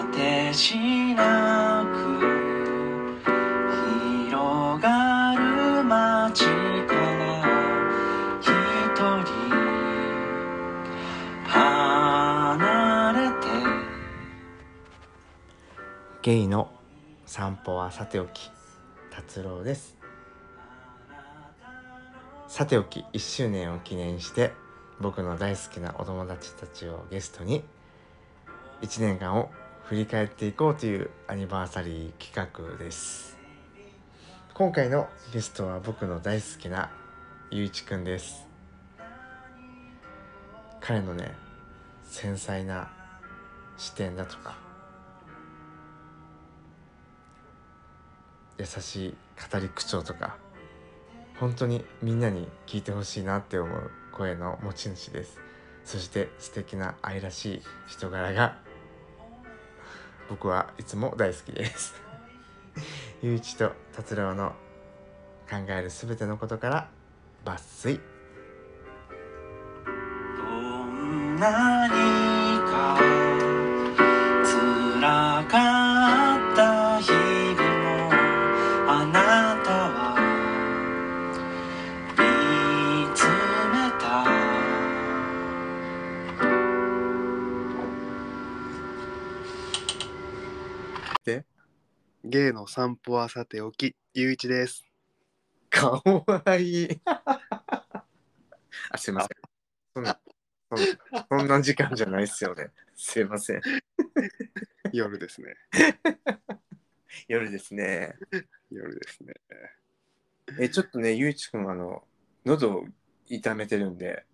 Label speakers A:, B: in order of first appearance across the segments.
A: 果てしなく広がる街から一人離れて
B: ゲイの散歩はさておき達郎ですさておき1周年を記念して僕の大好きなお友達たちをゲストに1年間を振り返っていこうというアニバーサリー企画です今回のゲストは僕の大好きなゆういちくんです彼のね繊細な視点だとか優しい語り口調とか本当にみんなに聞いてほしいなって思う声の持ち主ですそして素敵な愛らしい人柄が僕はいつも大好きです ゆういちと達郎の考えるすべてのことから抜粋
A: どんなにか辛かった日々もあなたは見つめた
C: ゲイの散歩はさておき、ゆういちです。
B: かわいい あすいませんそんなそんなそんな時間じゃないっすよねすいません
C: 夜ですね。
B: 夜ですね
C: 夜ですね。
B: えちょっとねゆういちくんあの喉を痛めてるんで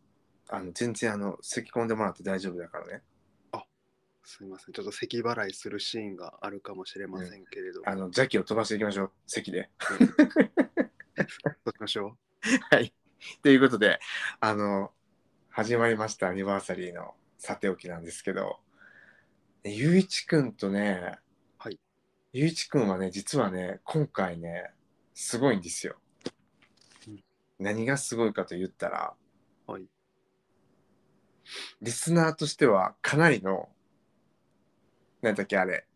B: あの全然あの咳き込んでもらって大丈夫だからね
C: すみません。ちょっと咳払いするシーンがあるかもしれませんけれども。
B: あの邪気を飛ばしていきましょう咳で。
C: どうしましょ
B: はいということであの始まりましたアニバーサリーのさておきなんですけどえゆういちくんとね、
C: はい、
B: ゆういちくんはね実はね今回ねすごいんですよ
C: うん。
B: 何がすごいかと言ったら
C: う。はい。
B: リスナーとしてはかなりの何だっけあれ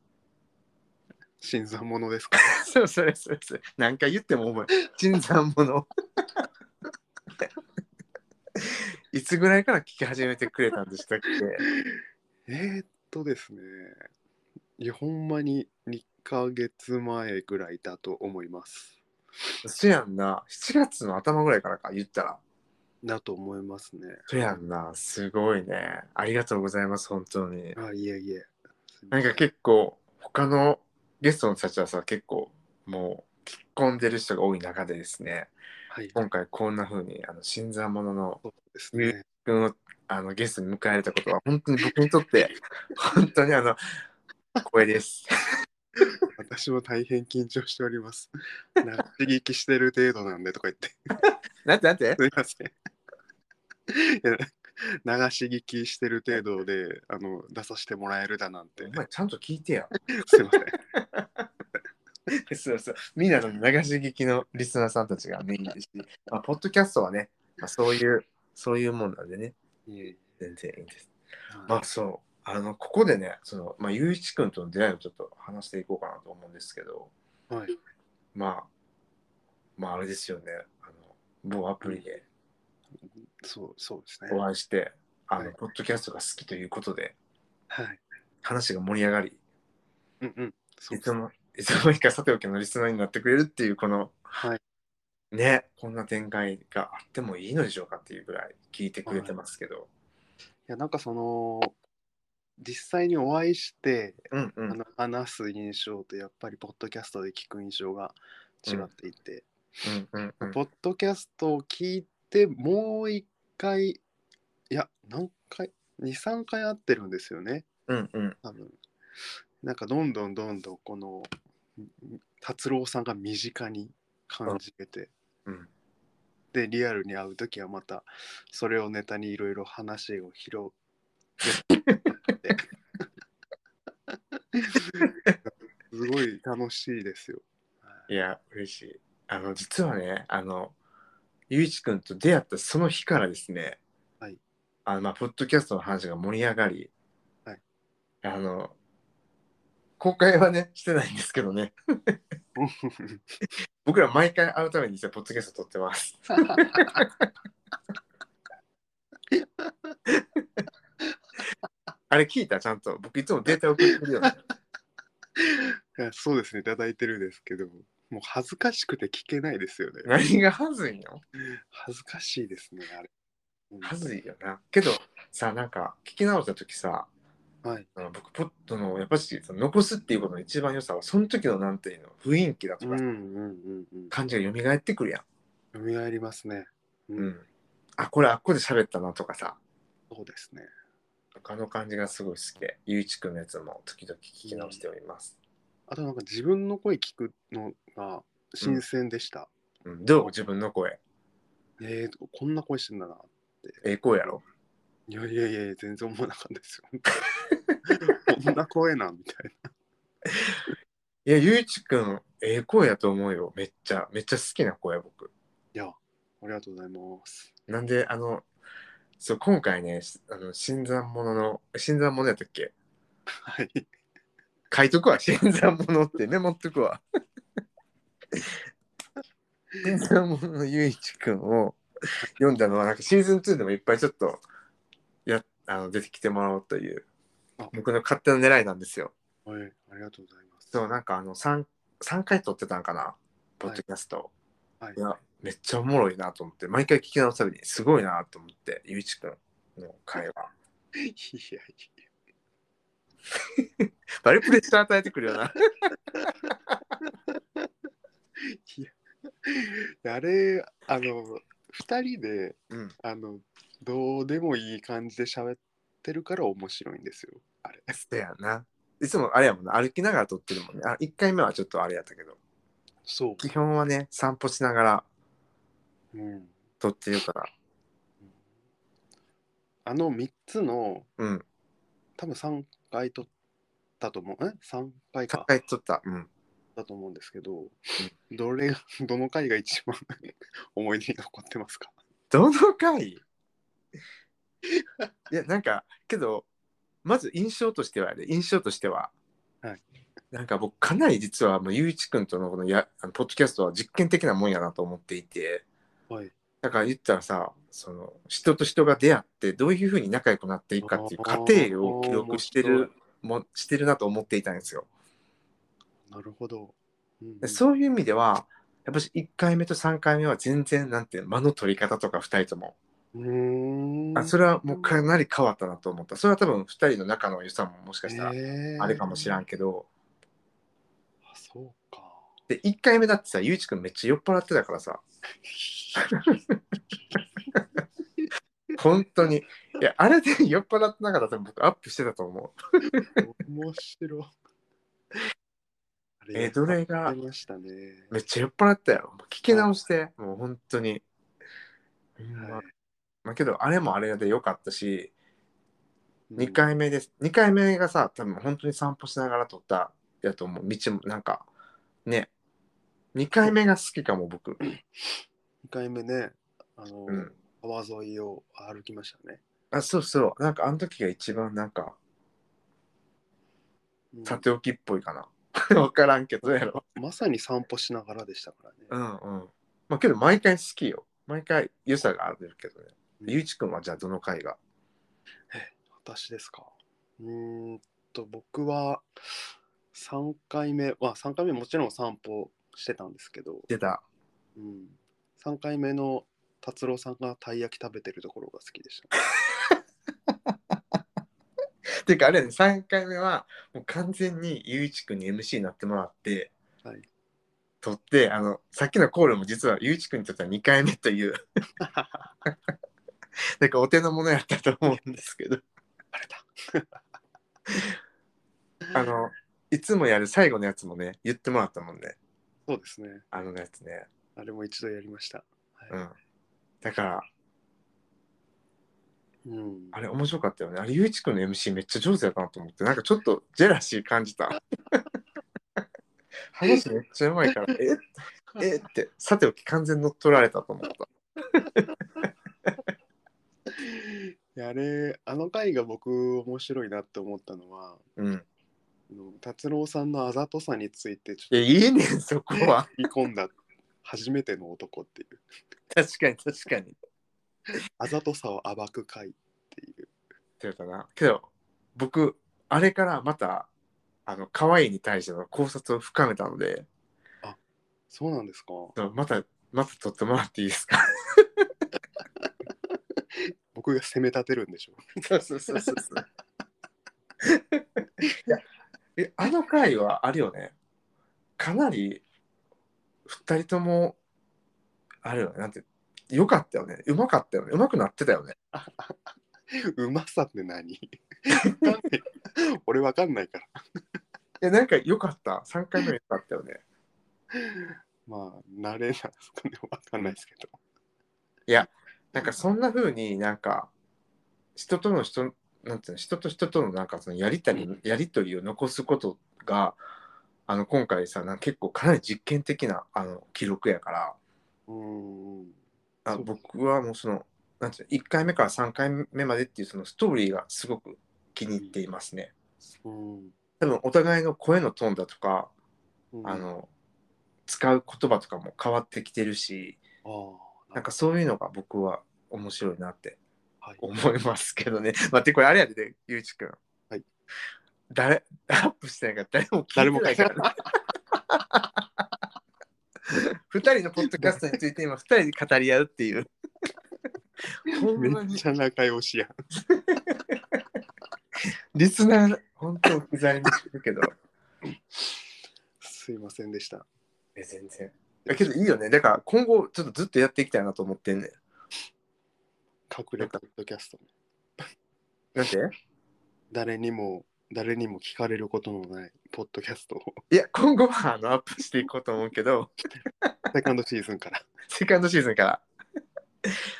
C: 新参者ですか
B: そうそれそれそれ何回言っても覚え椿山ものいつぐらいから聞き始めてくれたんでしたっけ
C: えーっとですね。いや、ほんまに2ヶ月前ぐらいだと思います。
B: そやんな7月の頭ぐらいからか言ったら
C: だと思いますね。
B: そやんなすごいねありがとうございます本当に
C: あ、いえいえ。すみ
B: な
C: ま
B: ん
C: せ
B: か結構他のゲストの人たちはさ結構もう聞き込んでる人が多い中でですね
C: はい。
B: 今回こんな風にあの新参者の
C: ですね。
B: 君をあのゲストに迎えられたことは本当に僕にとって 本当にあの光栄です。
C: 私も大変緊張しております。 な刺激してる程度なんでとか言って。
B: なんてなんて
C: すいません。 いや流し聞きしてる程度であの出させてもらえるだなんて
B: お前ちゃんと聞いてよ。
C: すいません
B: そうそう。みんなの流し聞きのリスナーさんたちがメインですし、まあ、ポッドキャストはね、まあ、そういう、そういうもんなんでね、全然いいんです。まあそう。あのここでね、その、まあ、ゆういちくんとの出会いをちょっと話していこうかなと思うんですけど、
C: はい
B: まあ、まああれですよね、あの某アプリで
C: そうそうですね
B: お会いして、あ
C: は
B: の
C: い
B: ポッドキャストが好きということで、
C: はい
B: 話が盛り上がり、
C: うんうんそう
B: い
C: です
B: つも、 いつの間にかさておきのリスナーになってくれるっていう、この、
C: はい
B: ね、こんな展開があってもいいのでしょうかっていうぐらい聞いてくれてますけど。
C: いやなんかその実際にお会いして、
B: うんう
C: あ
B: ん。
C: の話す印象とやっぱりポッドキャストで聞く印象が違っていて、
B: うんうんうん。
C: ポッドキャストを聞いてもう一回いや何回23回会ってるんですよね
B: うんうん。
C: 多分なんかどんどんどんどんこのん達郎さんが身近に感じてて、
B: うん
C: でリアルに会う時はまたそれをネタにいろいろ話を広げ すごい楽しいですよ。
B: いや、嬉しい。あの、実はね、あの、ゆういちくんと出会ったその日からですね、
C: はい。
B: あの、まあ、ポッドキャストの話が盛り上がり、
C: はい。
B: あの、公開はねしてないんですけどね僕ら毎回会うためにさポッドキャスト撮ってますあれ聞いたちゃんと僕いつもデータ送ってるよ ね
C: いやそうですね、いただいてるんですけど、もう恥ずかしくて聞けないですよね。
B: 何がはずいの
C: 恥ずかしいですね、あれ。
B: はず
C: い。
B: いよなけどさなんか聞き直した時さ
C: はい。
B: あの僕ポッドのやっぱしその残すっていうことの一番良さはその時のなんていうの雰囲気だ
C: う
B: と
C: ん
B: か、
C: うんうんうん。
B: 感じが蘇ってくるや
C: よみがえりますね。うん
B: ん、うん、あこれあっこで喋ったなとかさ
C: そうですね。
B: 他の感じがすごい好きでゆういちくんのやつも時々聞き直しております、
C: あとなんか自分の声聞くのが新鮮でした。
B: うん、どう自分の声
C: えー、こんな声してんだな。
B: ええ声やろ
C: いやいやいや、全然思わなかったですよ。こんな声なんみたい
B: いやゆういちくんええ声やと思うよめっちゃめっちゃ好きな声や僕
C: な。いや、ありがとうございます。
B: なんであのそう今回ねしあの新参者の新参者やったっけ
C: はい。
B: 書いとくわ新参者って メモっとくわ新参者のゆういちくんを読んだのはなんかシーズン2でもいっぱいちょっとやあの出てきてもらおうという
C: あ
B: 僕の勝手な狙いなんですよ
C: はい、ありがとうございます。
B: そうなんかあの 3, 3回撮ってたんかなポッドキャスト、
C: はい
B: い、やめっちゃおもろいなと思って毎回聞き直すたびにすごいなと思ってゆういちくんの会話
C: いやいや。
B: バリプレッシャー与えてくるよな
C: あれあの2人で
B: うん
C: あのどうでもいい感じで喋ってるから面白いんですよあれ
B: そうやないつもあれやもんな歩きながら撮ってるもんねあ1回目はちょっとあれやったけど
C: そ
B: 基本はね散歩しながら
C: う、うん、
B: 撮ってるから
C: あの3つの
B: うん
C: 多分3回取ったと思うえ3回
B: 3
C: か
B: 回撮ったうん
C: だと思うんですけどどれが どの回が一番 思い出に残ってますか
B: どの 回いやなんかけどまず印象としてはね印象としては、
C: はい
B: なんか僕かなり実はもうゆういちくんとのこのやあのポッドキャストは実験的なもんやなと思っていて
C: はい
B: だから言ったらさその人と人が出会ってどういうふうに仲良くなっていくかっていう過程を記録してるもしてるなと思っていたんですよ。
C: なるほど、うん
B: でそういう意味ではやっぱし1回目と3回目は全然なんていうの間の取り方とか2人とも
C: うーん
B: あそれはもうかなり変わったなと思ったそれは多分2人の仲の良さももしかしたら
C: えー
B: あれかもしらんけど、
C: あそうか
B: で1回目だってさゆういちくんめっちゃ酔っ払ってたからさ本当にいやあれで酔っ払ってなかったら多分僕アップしてたと思う
C: 面白い。あ
B: えーどれが
C: ありましたね。
B: めっちゃ酔っ払ったよもう聞き直してもう本当に、ま
C: は
B: あまあけどあれもあれで良かったし
C: い
B: 2。回目です2回目がさ多分本当に散歩しながら撮ったやと思う道もなんかね2回目が好きかも僕、
C: 二回目ね、あの、
B: うん、
C: 川沿いを歩きましたね。
B: あそうそうなんかあの時が一番なんか
C: うん
B: さておきっぽいかな 分からんけどやろ
C: まさに散歩しながらでしたからね。
B: うんうんまあけど毎回好きよ毎回良さがあるけどね、
C: うん
B: ゆういちくんはじゃあどの回が
C: 私ですか。うーんと、僕は三回目、まあ三回目もちろん散歩してたんですけど、
B: 出た
C: うん、3回目の達郎さんがたい焼き食べてるところが好きでした。
B: てかあれやね3回目はもう完全にゆういちくんに MC になってもらって、
C: はい
B: 撮ってあのさっきのコールも実はゆういちくんにとっては2回目という なんかお手の物やったと思うんですけど
C: あれだ。
B: あのいつもやる最後のやつもね言ってもらったもんね
C: そうですね。
B: あのやつね
C: あれも一度やりました。はい
B: うんだから
C: うん、
B: あれ面白かったよねあれゆういちくんの MC めっちゃ上手やなと思ってなんかちょっとジェラシー感じた話めっちゃうまいからええってさておき完全乗っ取られたと思った
C: いやあれあの回が僕面白いなって思ったのは
B: うん
C: の達郎さんのあざとさについてち
B: い
C: ょっ
B: やいいねんそこ は
C: と踏み込んだ初めての男っていう
B: 確かに確かに
C: あざとさを暴く回っていう
B: そうだなけど僕あれからまたあの可愛いに対しての考察を深めたので
C: そうなんですか
B: そうまたまた撮ってもらっていいですか
C: 僕が責め立てるんでしょ
B: そうそうそうそうそういやえあの回はあれよねかなり2人ともあれよねなんてよかったよねうまかったよねうまくなってたよね
C: うまさって何 わかんない俺わかんないから
B: いやなんかよかった3回目よかったよね
C: まあ慣れないですかねわかんないですけど
B: なんかそんな風になんか人との人なんていうの人と人とのなんかそのやりたり、
C: う
B: やり取りを残すことがあの今回さなんか結構かなり実験的なあの記録やから
C: うーん
B: あ
C: そう
B: 僕はもうそのなんていうの1回目から3回目までっていうそのストーリーがすごく気に入っていますね。
C: うん
B: 多分お互いの声のトーンだとか、
C: うん
B: あの使う言葉とかも変わってきてるし
C: あー
B: なんかそういうのが僕は面白いなって
C: はい
B: 思いますけどね。 待って、これあれやで、ね、ゆういちくん。
C: はい。
B: 誰、アップしてないから誰も聞
C: 誰
B: い
C: も
B: てないから、ね。 二人のポッドキャストについて今、二人で語り合うって いう。ほんま
C: めっ
B: に、
C: ちゃ仲良しやん
B: リスナー、本当置き去りにしてるけど。
C: すいませんでした
B: え、全然。けどいいよね。だから今後、ちょっとずっとやっていきたいなと思ってんねん。
C: 隠れポッドキャスト
B: なんて
C: 誰にも誰にも聞かれることのないポッドキャストを
B: いや、今後はあのアップしていこうと思うけど。
C: セカンドシーズンから
B: セカンドシーズンから。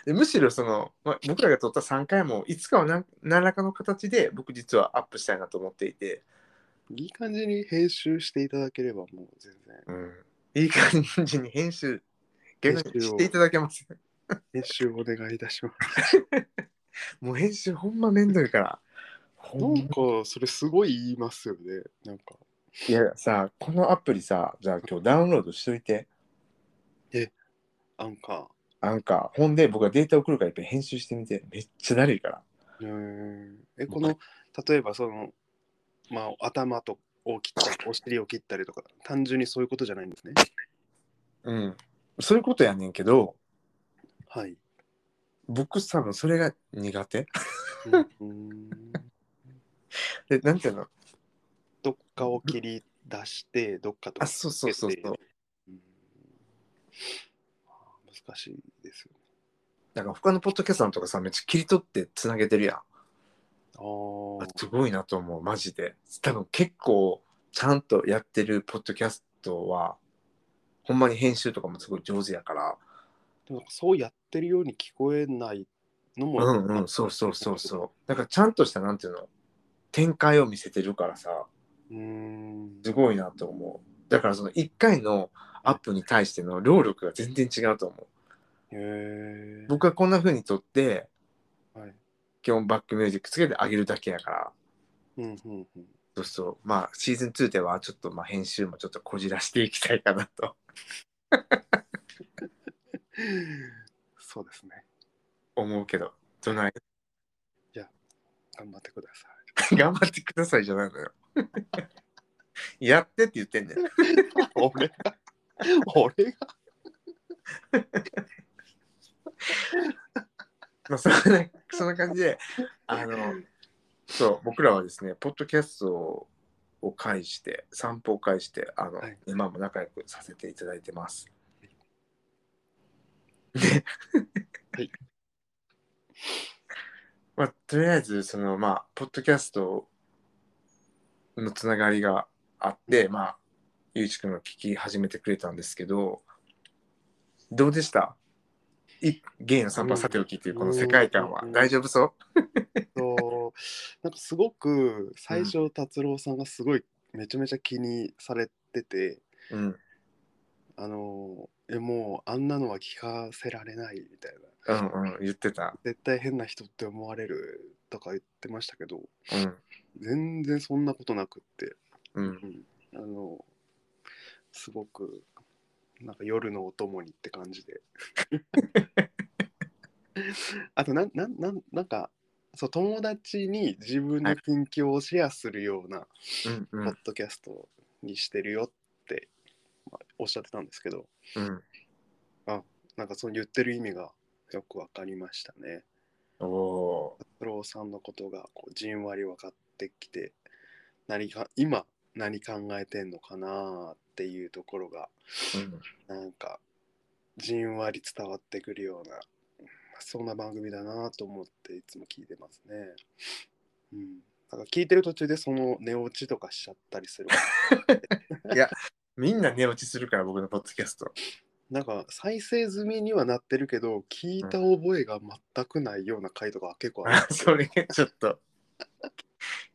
B: でむしろその、まあ、僕らが撮った3回もいつかは何何らかの形で僕実はアップしたいなと思っていて、
C: いい感じに編集していただければもう全然
B: いい感じに編集
C: 編
B: 逆
C: 集を
B: にしていただけます
C: 編集お願いいたします
B: もう編集ほんまめんどいからほん
C: なん
B: ま
C: かそれすごい言いますよねなんか
B: いやさこのアプリさじゃあ今日ダウンロードしといて
C: なんか
B: なんかほんで僕がデータ送るからいっぱい編集してみてめっちゃだるいから
C: うーんえこの例えばそのまあ頭とを切ったりお尻を切ったりとか単純にそういうことじゃないんですね
B: うんそういうことやねんけど
C: はい、
B: 僕多分それが苦手
C: うん、
B: でなんていうの
C: どっかを切り出してどっかと
B: あそうそうそうそう
C: うん難しいですよね
B: なんか他のポッドキャストのとかさ、めっちゃ切り取ってつなげてるやん。
C: あ
B: あ
C: ー
B: すごいなと思う、マジで。多分結構ちゃんとやってるポッドキャストは、ほんまに編集とかもすごい上手やから。
C: でもなんかそうやってるように聞こえないのも
B: うんうん、そうそうそうそう。だからちゃんとした、なんていうの、展開を見せてるからさ、
C: うーん
B: すごいなと思う。だからその1回のアップに対しての労力が全然違うと思う。
C: へえ
B: 僕はこんな風に撮って、
C: はい
B: 基本バックミュージックつけてあげるだけやから。
C: うんうんうん
B: そうそう。まあ、シーズン2では、ちょっと、まあ、編集もちょっとこじらしていきたいかなと
C: そうですね。
B: 思うけど、どない、
C: 頑張ってくださ
B: 頑張ってくださいじゃないのよ。 やってって言ってんねん。
C: い。 俺が、俺が。
B: まあ、そんな、そんな感じで、あの、そう、僕らはですね、ポッドキャストを介して、散歩を介して、あの、
C: はい
B: 今も仲良くさせていただいてます。
C: はい
B: まあ、とりあえず、その、まあ、ポッドキャストのつながりがあって、まあ、ゆういちくんが聞き始めてくれたんですけど、どうでしたいゲイの散歩はさておきというこの世界観は
C: うん
B: 大丈夫そう
C: そうなんかすごく最初、達郎さんがすごいめちゃめちゃ気にされてて、
B: うん。
C: あのえもうあんなのは聞かせられないみたいな
B: うんうん、言ってた。
C: 絶対変な人って思われるとか言ってましたけど
B: うん。
C: 全然そんなことなくって
B: うん
C: あのすごくなんか夜のお供にって感じで あとなんなんなんなんかそう友達に自分の近況をシェアするような
B: うんう
C: ポ
B: ん
C: ッドキャストにしてるよって、まあ、おっしゃってたんですけど
B: うん
C: なんかその言ってる意味がよくわかりましたね。
B: おお
C: プロさんのことがこうじんわり分かってきて何か今何考えてんのかなっていうところが
B: ーうん
C: なんかじんわり伝わってくるようなそんな番組だなと思っていつも聞いてますね。うん、なんか聞いてる途中でその寝落ちとかしちゃったりする
B: みんな寝落ちするから僕のポッドキャスト
C: なんか再生済みにはなってるけど聞いた覚えが全くないような回とか結構ある
B: あ それちょっと今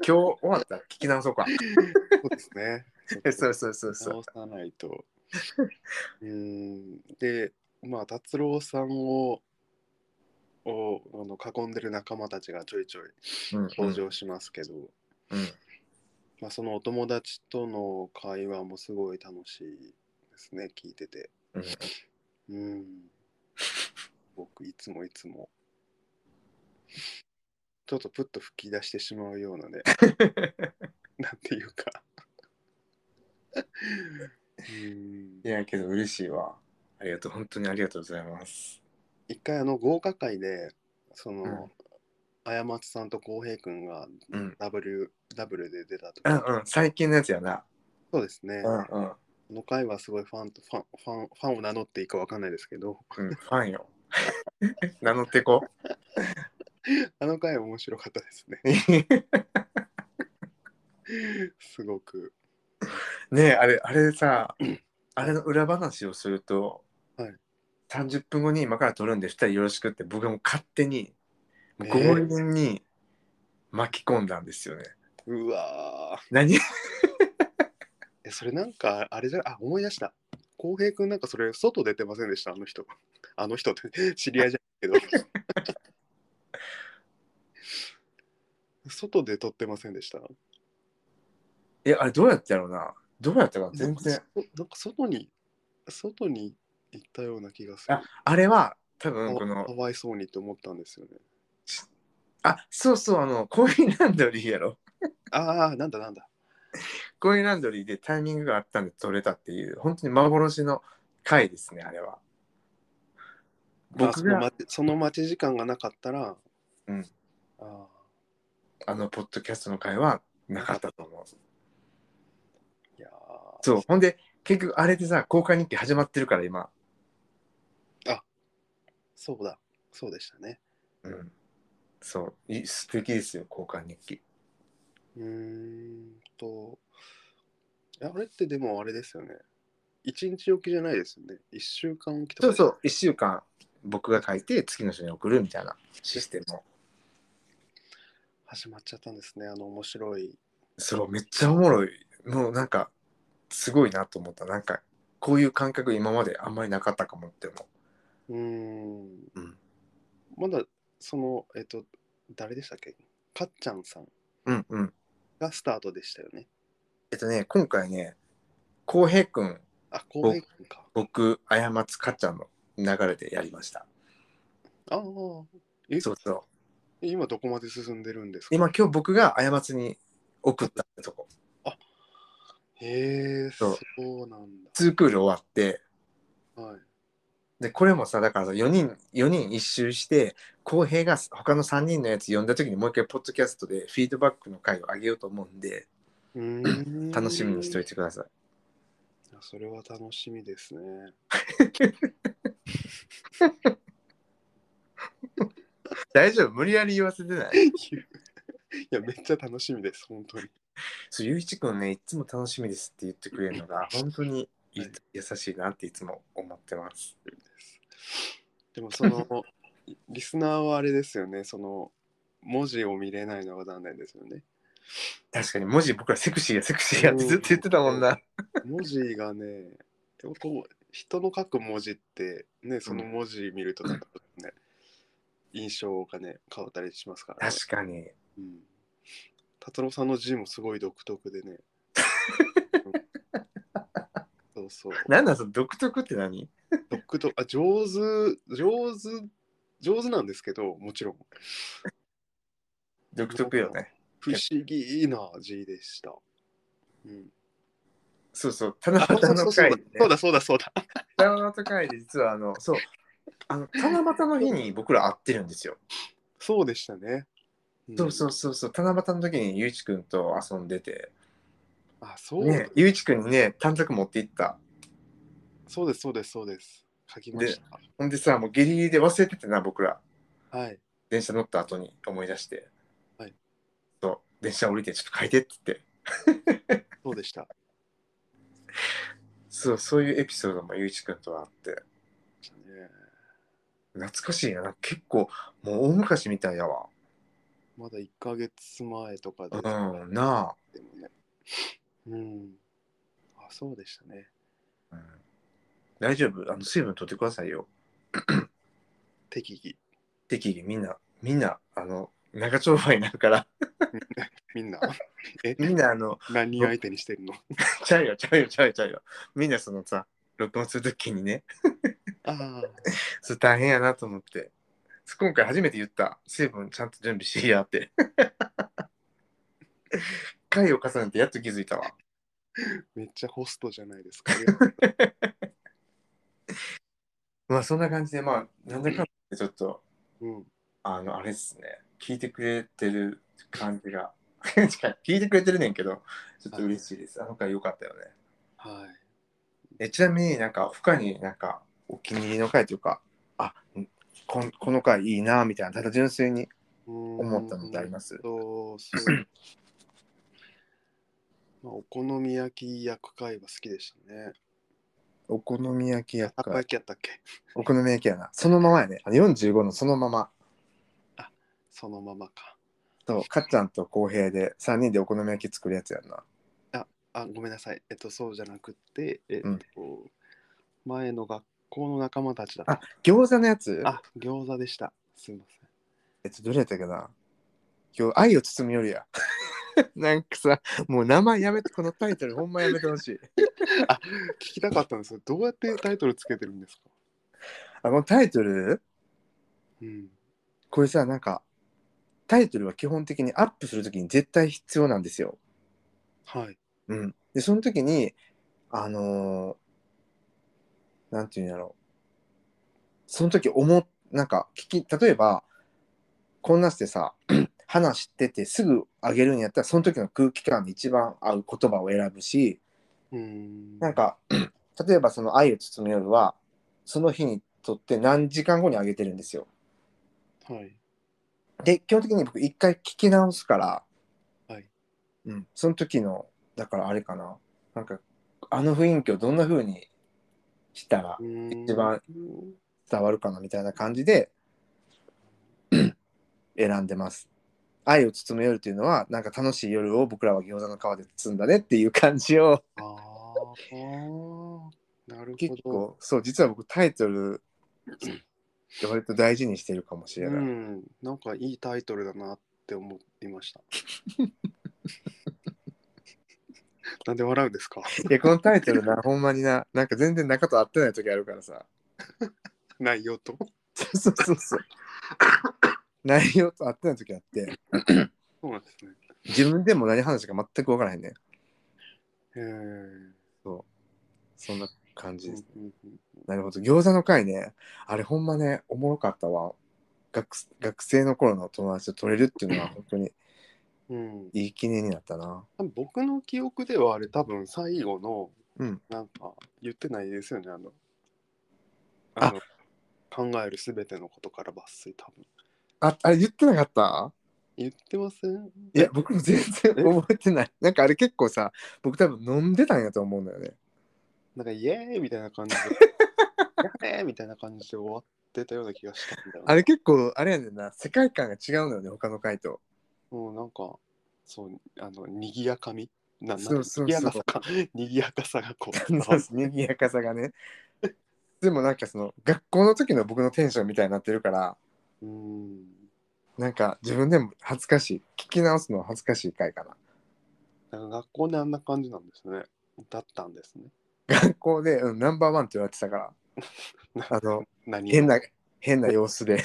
B: 日終わった聞き直そうか
C: そうですね。
B: そうそうそうそう
C: 直さないと。 うーんでまあ達郎さんををあの囲んでる仲間たちがちょいちょい
B: うん
C: 登場しますけど、
B: うん
C: まあ、そのお友達との会話もすごい楽しいですね聞いてて。
B: うん
C: うん僕いつもいつもちょっとプッと吹き出してしまうようなね なんていうかうん
B: いやけど嬉しいわありがとう本当にありがとうございます
C: 一回あの豪華会でその、
B: うん
C: あやまつさんとこうへいくんが
B: うん
C: ダブル、ダブルで出た時、
B: うんうん最近のやつやな
C: そうですね、
B: うんうん
C: この回はすごいファンとファンファンファンを名乗っていいかわかんないですけど
B: うんファンよ 名乗ってこ
C: あの回面白かったですね すごく
B: ねえあれあれさあれの裏話をすると、
C: はい
B: 30分後に今から撮るんで2人よろしくって僕はもう勝手にもう
C: え
B: 強
C: ー
B: 引に巻き込んだんですよね。
C: うわー
B: 何
C: えそれなんかあれじゃあ思い出した浩平くんなんかそれ外出てませんでしたあの人 あの人って知り合いじゃないけど 外で撮ってませんでした
B: いやあれどうやったやろうなどうやったか全然
C: なんかそなんか外に外に行ったような気がする
B: ああれは多
C: か
B: 分この
C: かわいそうにって思ったんですよね
B: あそうそうあのコインランドリーやろ
C: ああなんだなんだ
B: コインランドリーでタイミングがあったんで撮れたっていう本当に幻の回ですねあれは。
C: まあ
B: 僕が
C: その待ちその待ち時間がなかったら
B: うん
C: ああ
B: あのポッドキャストの回はなかったと思う。
C: いやー
B: そうほんで結局あれでさ公開日記始まってるから今、
C: そうだそうでしたね
B: うん、そうい素敵ですよ公開日記
C: うーんと、あれってでもあれですよね。一日おきじゃないですよね。一週間おきとか。
B: そうそう1週間僕が書いて次の人に送るみたいなシステムを
C: 始まっちゃったんですね。あの面白い。
B: そうめっちゃおもろいもうなんかすごいなと思ったなんかこういう感覚今まであんまりなかったかもって思
C: うーん。
B: う、うん、
C: まだ、その、えっと、誰でしたっけかっちゃんさん
B: うんうん
C: がスタートでしたよね。
B: えっとね今回ね浩平くん
C: あ、浩平君か。
B: 僕過つかっちゃんの流れでやりました
C: ああ。え、
B: そうそう
C: 今どこまで進んでるんですか
B: 今今日僕が過つに送ったとこ
C: へえ、
B: そ
C: そううなんだ。
B: 2クール終わって
C: はい。
B: でこれもさだからさ4人4人一周して浩平が他の3人のやつ読んだ時にもう一回ポッドキャストでフィードバックの回をあげようと思うんで
C: うーん
B: 楽しみにしておいてください。
C: いやそれは楽しみですね。
B: 大丈夫無理やり言わせて ない。
C: いや、めっちゃ楽しみです、本当に。
B: そうゆういちくんねいつも楽しみですって言ってくれるのが本当にいい優しいなっていつも思ってます。
C: でも、その、リスナーはあれですよね、その、文字を見れないのが残念ですよね。
B: 確かに文字僕らセクシーやセクシーやってずっと言ってたもんな。
C: 文字がね、こう人の書く文字って、ね、その文字見ると、なんかね、印象がね、変わったりしますから、ね。
B: 確かに。
C: うん。達郎さんの字もすごい独特でね、そうそう。
B: なんだその独特って何
C: 独特あ上手上手上手なんですけどもちろん
B: 独特よね。
C: 不思議な字でした。うん、
B: そうそう、
C: あ
B: 七夕
C: そ
B: の
C: うそう
B: 会で、
C: そうだそうだそうだ。
B: 七夕会で実はあの、そう、あの、七夕の日に僕ら会ってるんですよ。
C: そうでしたね。ん
B: そうそうそうそう、七夕の時にゆういちくんと遊んでて、
C: あそう,、
B: ね、ゆういちくんにね、短冊持って行った。
C: そうですそうですそうです。書きました。
B: ほんでさ、もうギリギリで忘れててな、僕ら。
C: はい。
B: 電車乗った後に思い出して。
C: はい。
B: そう、電車降りてちょっと書いてって言って。
C: そうでした。
B: そう、そういうエピソードもゆういちくんとはあって。
C: ね
B: 懐かしいな。なんか結構、もう大昔みたいやわ。
C: まだ1ヶ月前とかで
B: う
C: す
B: ん、な
C: でもね。うん。あそうでしたね。
B: あ。うん、大丈夫あの、水分取ってくださいよ。
C: 適宜
B: 適宜みんな、みんな、あの、長丁場になるから、
C: みんな
B: みんな、あの、
C: 何人相手にしてるの
B: ちゃうよ、ちゃうよ、ちゃうよ、ちゃうよ。みんな、そのさ、録音するときにね、
C: ああ
B: それ大変やなと思って。今回初めて言った。水分ちゃんと準備してやって。 回を重ねてやっと気づいたわ。
C: めっちゃホストじゃな いですか。
B: まあそんな感じで、まあ、なんだかんだちょっと、
C: うん。
B: あの、あれですね、聞いてくれてる感じが、 違う聞いてくれてるねんけど、ちょっと嬉しいです。あの回良かったよね。
C: はい。
B: えちなみになんか、他になんか、お気に入りの回というか、あんこんこの回いいな、みたいな、ただ純粋に
C: 思
B: 思ったのってあります
C: そ うそう。まあ、お好み焼き焼く会は好きでしたね。
B: お好み焼きや
C: たこ
B: か
C: 焼、きやったっけ
B: お好み焼きやな。そのままやね。あの45のそのまま。
C: そのままか。
B: と、かっちゃんと浩平で3人でお好み焼き作るやつやんな。
C: あ、ごめんなさい。えっと、そうじゃなくって、えっと、
B: うん
C: 前の学校の仲間たちだ
B: あ餃子のやつ
C: あ、餃子でした。すいません。
B: えっと、どれやったっけな今日、愛を包みよりや。 なんかさ、もう名前やめて、このタイトル、ほんまやめてほしい。
C: 聞きたかったんですよ。どうやってタイトルつけてるんですか
B: あ、このタイトル
C: うん。
B: これさ、なんか、タイトルは基本的にアップするときに絶対必要なんですよ。
C: はい。
B: うん。で、その時に、あのーなんていうんだろう。その時思っ、なんか、聞き、例えば、こんなしてさ、 話しててすぐあげるんやったら、その時の空気感に一番合う言葉を選ぶし、
C: うーん。
B: なんか 例えばその「愛を包む夜」はその日にとって何時間後に上げてるんですよ。
C: はい。
B: で基本的に僕一回聞き直すから、
C: はい
B: うん、その時のだからあれかななんかあの雰囲気をどんな風にしたら
C: うーん
B: 一番伝わるかなみたいな感じで 選んでます。愛を包む夜っていうのはなんか楽しい夜を僕らは餃子の皮で包んだねっていう感じを
C: あーあー。なるほど。
B: 結構そう実は僕タイトル割と大事にしてるかもしれ
C: う
B: ない、
C: ん、なんかいいタイトルだなって思いました。 なんで笑うんですか
B: いやこのタイトルなほんまにななんか全然中と合ってない時あるからさ
C: 内容と。
B: そうそうそうそう内容と合ってない時あって
C: そうなんですね。
B: 自分でも何話したか全く分からへんねん
C: へえ。
B: そんな感じです、
C: うんうんうん
B: なるほど餃子の会ねあれほんまねおもろかったわ学学生の頃の友達と取れるっていうの は本当に
C: うん、
B: いい記念になったな
C: 多分僕の記憶ではあれ多分最後の、
B: うん
C: なんか言ってないですよねあの
B: あ
C: あの考えるすべてのことから抜粋多分
B: ああれ言ってなかった
C: 言ってません
B: いや、僕も全然
C: え
B: 覚えてない。なんかあれ結構さ、僕多分飲んでたんやと思うんだよね。
C: なんかイエーイみたいな 感じでやれーみたいな感じで終わってたような気がしたんだよな
B: あれ結構、あれやねんな、世界観が違うのよね、他の回と。
C: もうなんか、そう、あの、にぎやかみな、
B: そうそうそう
C: にぎやかさか、にぎやかさが こ う、
B: にぎやかさがね。でもなんかその、学校の時の僕のテンションみたいになってるから、
C: うーん、
B: なんか自分でも恥ずかしい。聞き直すのは恥ずかしい回かな。
C: なんか学校であんな感じなんですね。だったんですね。
B: 学校で、うん、ナンバーワンって言われてた から、あの、
C: 何
B: 変な、変な様子で。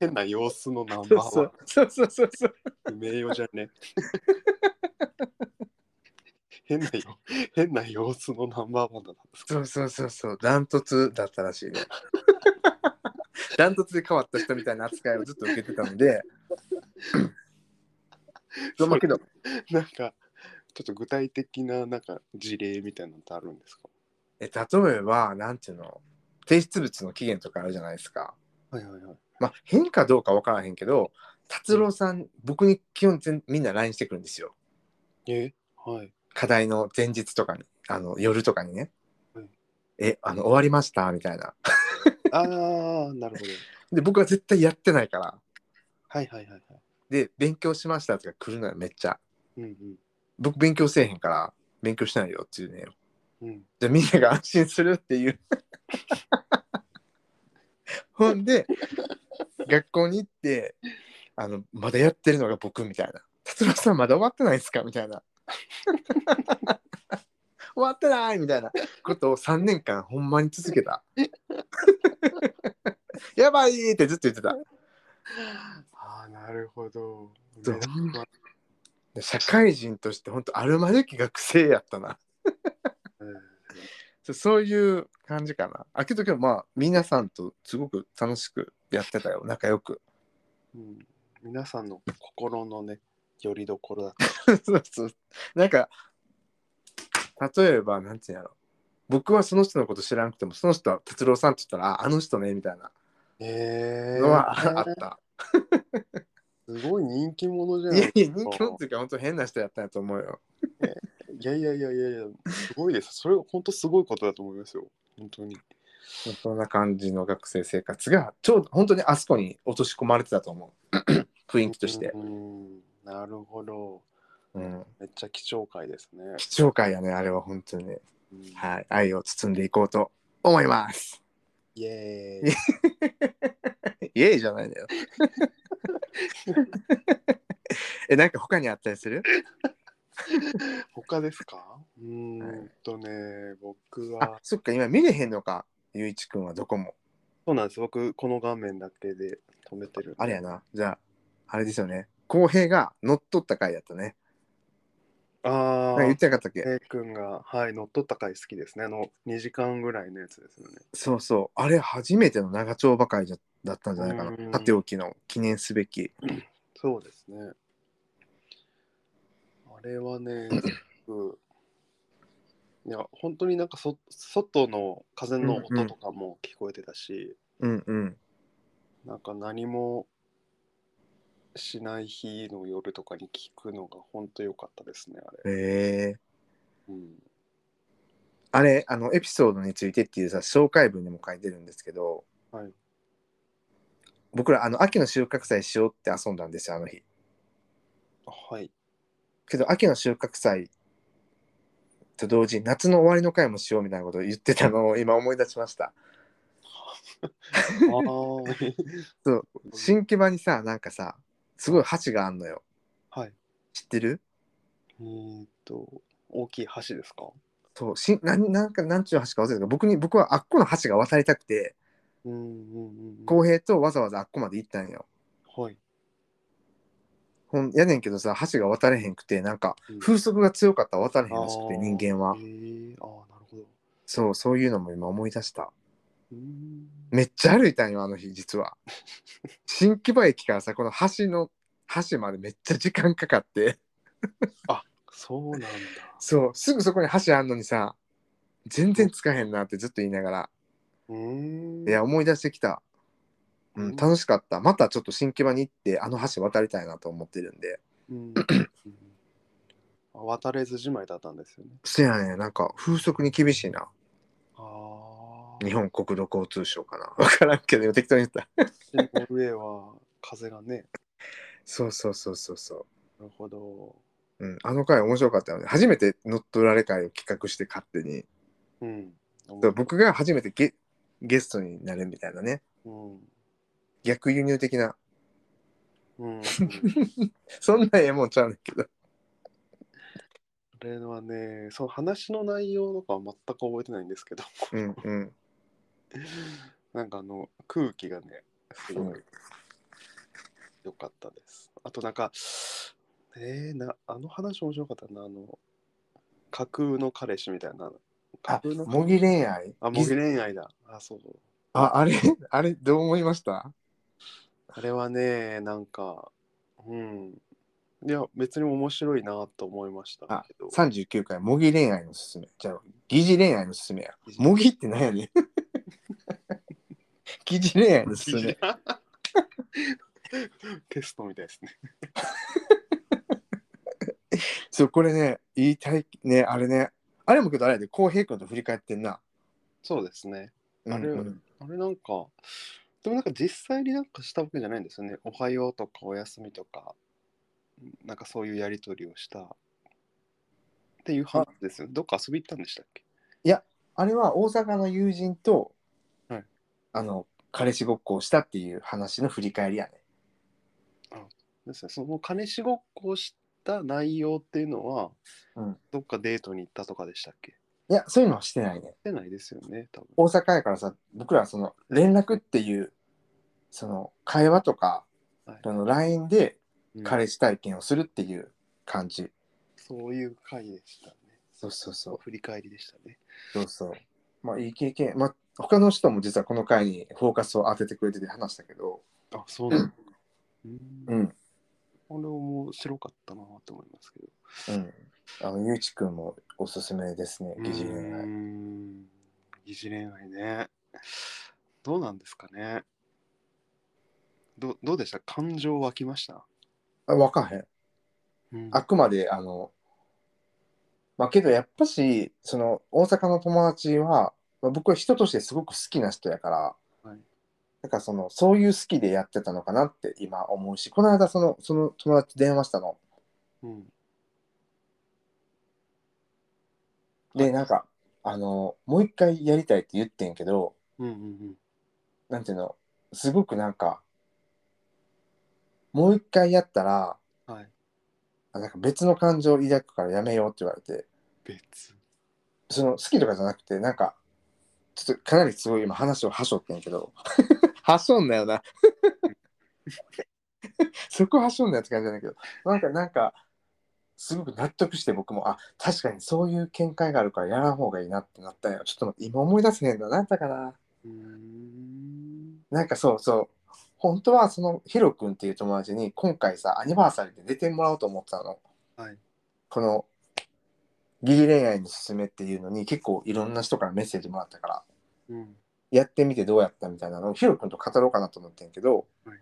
C: 変な様子のナンバー
B: そう
C: ワン
B: そうそうそうそうそう。
C: 名誉じゃね変なよ変な様子のナンバーワンだな
B: そうそうそうそう。ダントツだったらしい ね。ダントツで変わった人みたいな扱いをずっと受けてたの で。そうまあけど、
C: なんかちょっと具体的ななんか事例みたいなのってあるんですか
B: え例えば、なんていうの、提出物の期限とかあるじゃないですか。
C: はいはいはい
B: まあ、変かどうかわからへんけど、達郎さん、僕に基本全みんな LINE してくるんですよ。
C: えはい
B: 課題の前日とかに、あの夜とかにね
C: うん。
B: え、あの、終わりましたみたいな。
C: ああなるほど
B: で、僕は絶対やってないから。
C: はいはいはいはい
B: で、勉強しましたとか来るのよ、めっちゃ。
C: うんうん
B: 僕勉強せえへんから、勉強しないよっていうねよ。
C: うん、
B: じゃあみんなが安心するっていう。ほんで学校に行ってあのまだやってるのが僕みたいな「達郎さんまだ終わってないですか?」みたいな「終わってない!」みたいなことを3年間ほんまに続けたやばいってずっと言ってた
C: ああなるほど
B: そうで社会人としてほんとあるまじき学生やったな
C: うん
B: そうそういう感じかなあけど今日まあ皆さんとすごく楽しくやってたよ仲良く
C: うん、皆さんの心のねよりどころだっ
B: そうそうなんか例えばなんていうんやろ僕はその人のこと知らなくてもその人は達郎さんって言ったらああの人ねみたいな
C: たえ
B: のはああった、
C: すごい人気者じゃないい
B: やいや人気者っていうか本当変な人やったんやと思うよ
C: いやいやいやいやいや、すごいです。それ本当すごいことだと思いますよ。本当に。
B: そんな感じの学生生活がちょうど本当にあそこに落とし込まれてたと思 う雰囲気として、
C: うん、なるほど。
B: うん、
C: めっちゃ貴重会ですね。
B: 貴重会やねあれは本当に
C: うん
B: はい、愛を包んでいこうと思います。
C: イエーイ。
B: イエーイじゃないんだよ。 え、なんか他にあったりする
C: 他ですかう
B: は
C: ーんとね、僕
B: あ
C: は、。
B: そっか、今見れへんのか、ゆういちくんはどこも。
C: そうなんです。僕、この画面だけで止めてる。
B: あれやな。じゃあ、あれですよね。浩平が乗っ取った回やったね。
C: あ
B: なん
C: あ
B: か、言ってなかったっけ、
C: 平君が、はい、乗っ取った回好きですね。あの、2時間ぐらいのやつですよね。
B: そうそう。あれ、初めての長丁場会じゃだったんじゃないか
C: う
B: な。
C: ん
B: さておきの記念すべき。
C: そうですね。あれはね、すごくいや、本当になんかそ外の風
B: う
C: の
B: んう
C: 音
B: ん
C: とかも聞こえてたし、
B: うんうん。
C: なんか何もしない日の夜とかに聞くのが本当良かったですね、あ
B: へ
C: れ。
B: え。
C: うん、
B: あれ、あの、エピソードについてっていうさ、紹介文にも書いてるんですけど、
C: はい。
B: 僕らあの秋の収穫祭しようって遊んだんですよあの日
C: はい。
B: けど秋の収穫祭と同時に夏の終わりの会もしようみたいなことを言ってたのを今思い出しました
C: あー
B: そう新木場にさなんかさすごい橋があんのよ
C: はい。
B: 知ってる
C: えーっと、大きい橋ですか
B: そうしなんなんかなんちゅう橋か忘れたけど僕に僕はあっこの橋が渡りたくて
C: うんうんうん。
B: 浩平とわざわざあっこまで行ったんよ
C: はい。
B: ほんやねんけどさ橋が渡れへんくてなんか
C: うん
B: 風速が強かったら渡れへんらしくて
C: あー
B: 人間
C: え
B: は
C: ー、ああ、なるほど。
B: そうそういうのも今思い出した
C: うん
B: めっちゃ歩いたんよあの日実 は新木場駅からさこの橋の橋までめっちゃ時間かかって
C: そうなんだ。
B: そうすぐそこに橋あんのにさ全然つかへんなってずっと言いながら
C: うーん。
B: いや思い出してきた、う、
C: うんん
B: 楽しかったまたちょっと新木場に行ってあの橋渡りたいなと思ってるんで
C: うん、あ渡れずじまいだったんですよね。
B: せやねなんか風速に厳しいな
C: ああ。
B: 日本国土交通省かな 分からんけど今適当に言った
C: 橋の上は風がね。
B: そうそうそうそうそ
C: なるほど。
B: う、うん、あの回面白かったよね初めて乗っ取られ会を企画して勝手に
C: うん。
B: そう僕が初めてゲゲストになるみたいなね
C: うん。
B: 逆輸入的な
C: うん。
B: そんなええもんちゃうんだけど
C: れはねその話の内容とかは全く覚えてないんですけど
B: うんうん
C: なんかあの空気がねすごい良かったです。あとなんかえー、なあの話面白かったなあの架空の彼氏みたいな架
B: あ
C: 空の
B: 模擬恋愛
C: あ模擬恋愛だあそう
B: ああれあれどう思いました
C: あれはねなんかうんいや別に面白いなと思いました
B: あ
C: けど
B: 39回模擬恋愛のすすめじゃあ疑似恋愛のすすめや模擬って何やねん 疑似恋愛のすす め
C: テストみたいですね
B: そうこれね言いたいねあれねあれもけどあれやで浩平君と振り返ってんな、
C: そうですね
B: うん
C: あれ
B: うん
C: あれなんか、でもなんか実際になんかしたわけじゃないんですよね。おはようとかおやすみとか、なんかそういうやりとりをした。っていう話ですよね。どっか遊び行ったんでしたっけ
B: あれは大阪の友人と、
C: はい
B: あの彼氏ごっこをしたっていう話の振り返りやね
C: ですね。その金しごっこをした内容っていうのは、
B: うん
C: どっかデートに行ったとかでしたっけ
B: いやそういうのはしてないね
C: してないですよね、多分。
B: 大阪やからさ僕らはその連絡っていうその会話とか、
C: はい
B: あの LINE で
C: うん
B: 彼氏体験をするっていう感じ、
C: そういう回でしたね。
B: そうそうそう
C: 振り返りでしたね。
B: そうそうまあいい経験まあ他の人も実はこの回にフォーカスを当ててくれてて話したけど
C: あ、そうなんだ。
B: う
C: うん。
B: ん
C: これ面白かったなと思いますけど。
B: うんあのゆうちくんもおすすめですね
C: う
B: 疑似恋
C: ー
B: 愛
C: ん疑似恋愛ね。どうなんですかね。どどうでした感情湧きました、
B: あ分かんへん
C: うん
B: あくまであのまあけどやっぱしその大阪の友達は、まあ、僕は人としてすごく好きな人やから、
C: はい
B: だからそのそういう好きでやってたのかなって今思うしこの間そのその友達と電話したの
C: うん
B: でなんかあのもう一回やりたいって言ってんけど
C: うんうん
B: なんていうのすごくなんかもう一回やったら
C: うん。はい。
B: あなんか別の感情を抱くからやめようって言われて
C: 別。
B: その好きとかじゃなくてなんかちょっとかなりすごい今話をはしょってんけど はしょんなよな そこはしょんなよって感じなんだけどなんかなんかすごく納得して僕もあ確かにそういう見解があるからやらん方がいいなってなったんよちょっと待って今思い出せへんのなんだかな
C: うーん。
B: なんかそうそう本当はそのヒロ君っていう友達に今回さアニバーサリーで出てもらおうと思ってたの
C: はい。
B: この疑似恋愛の勧めっていうのに結構いろんな人からメッセージもらったから
C: うん。
B: やってみてどうやったみたいなのをヒロ君と語ろうかなと思ってんけど、
C: はい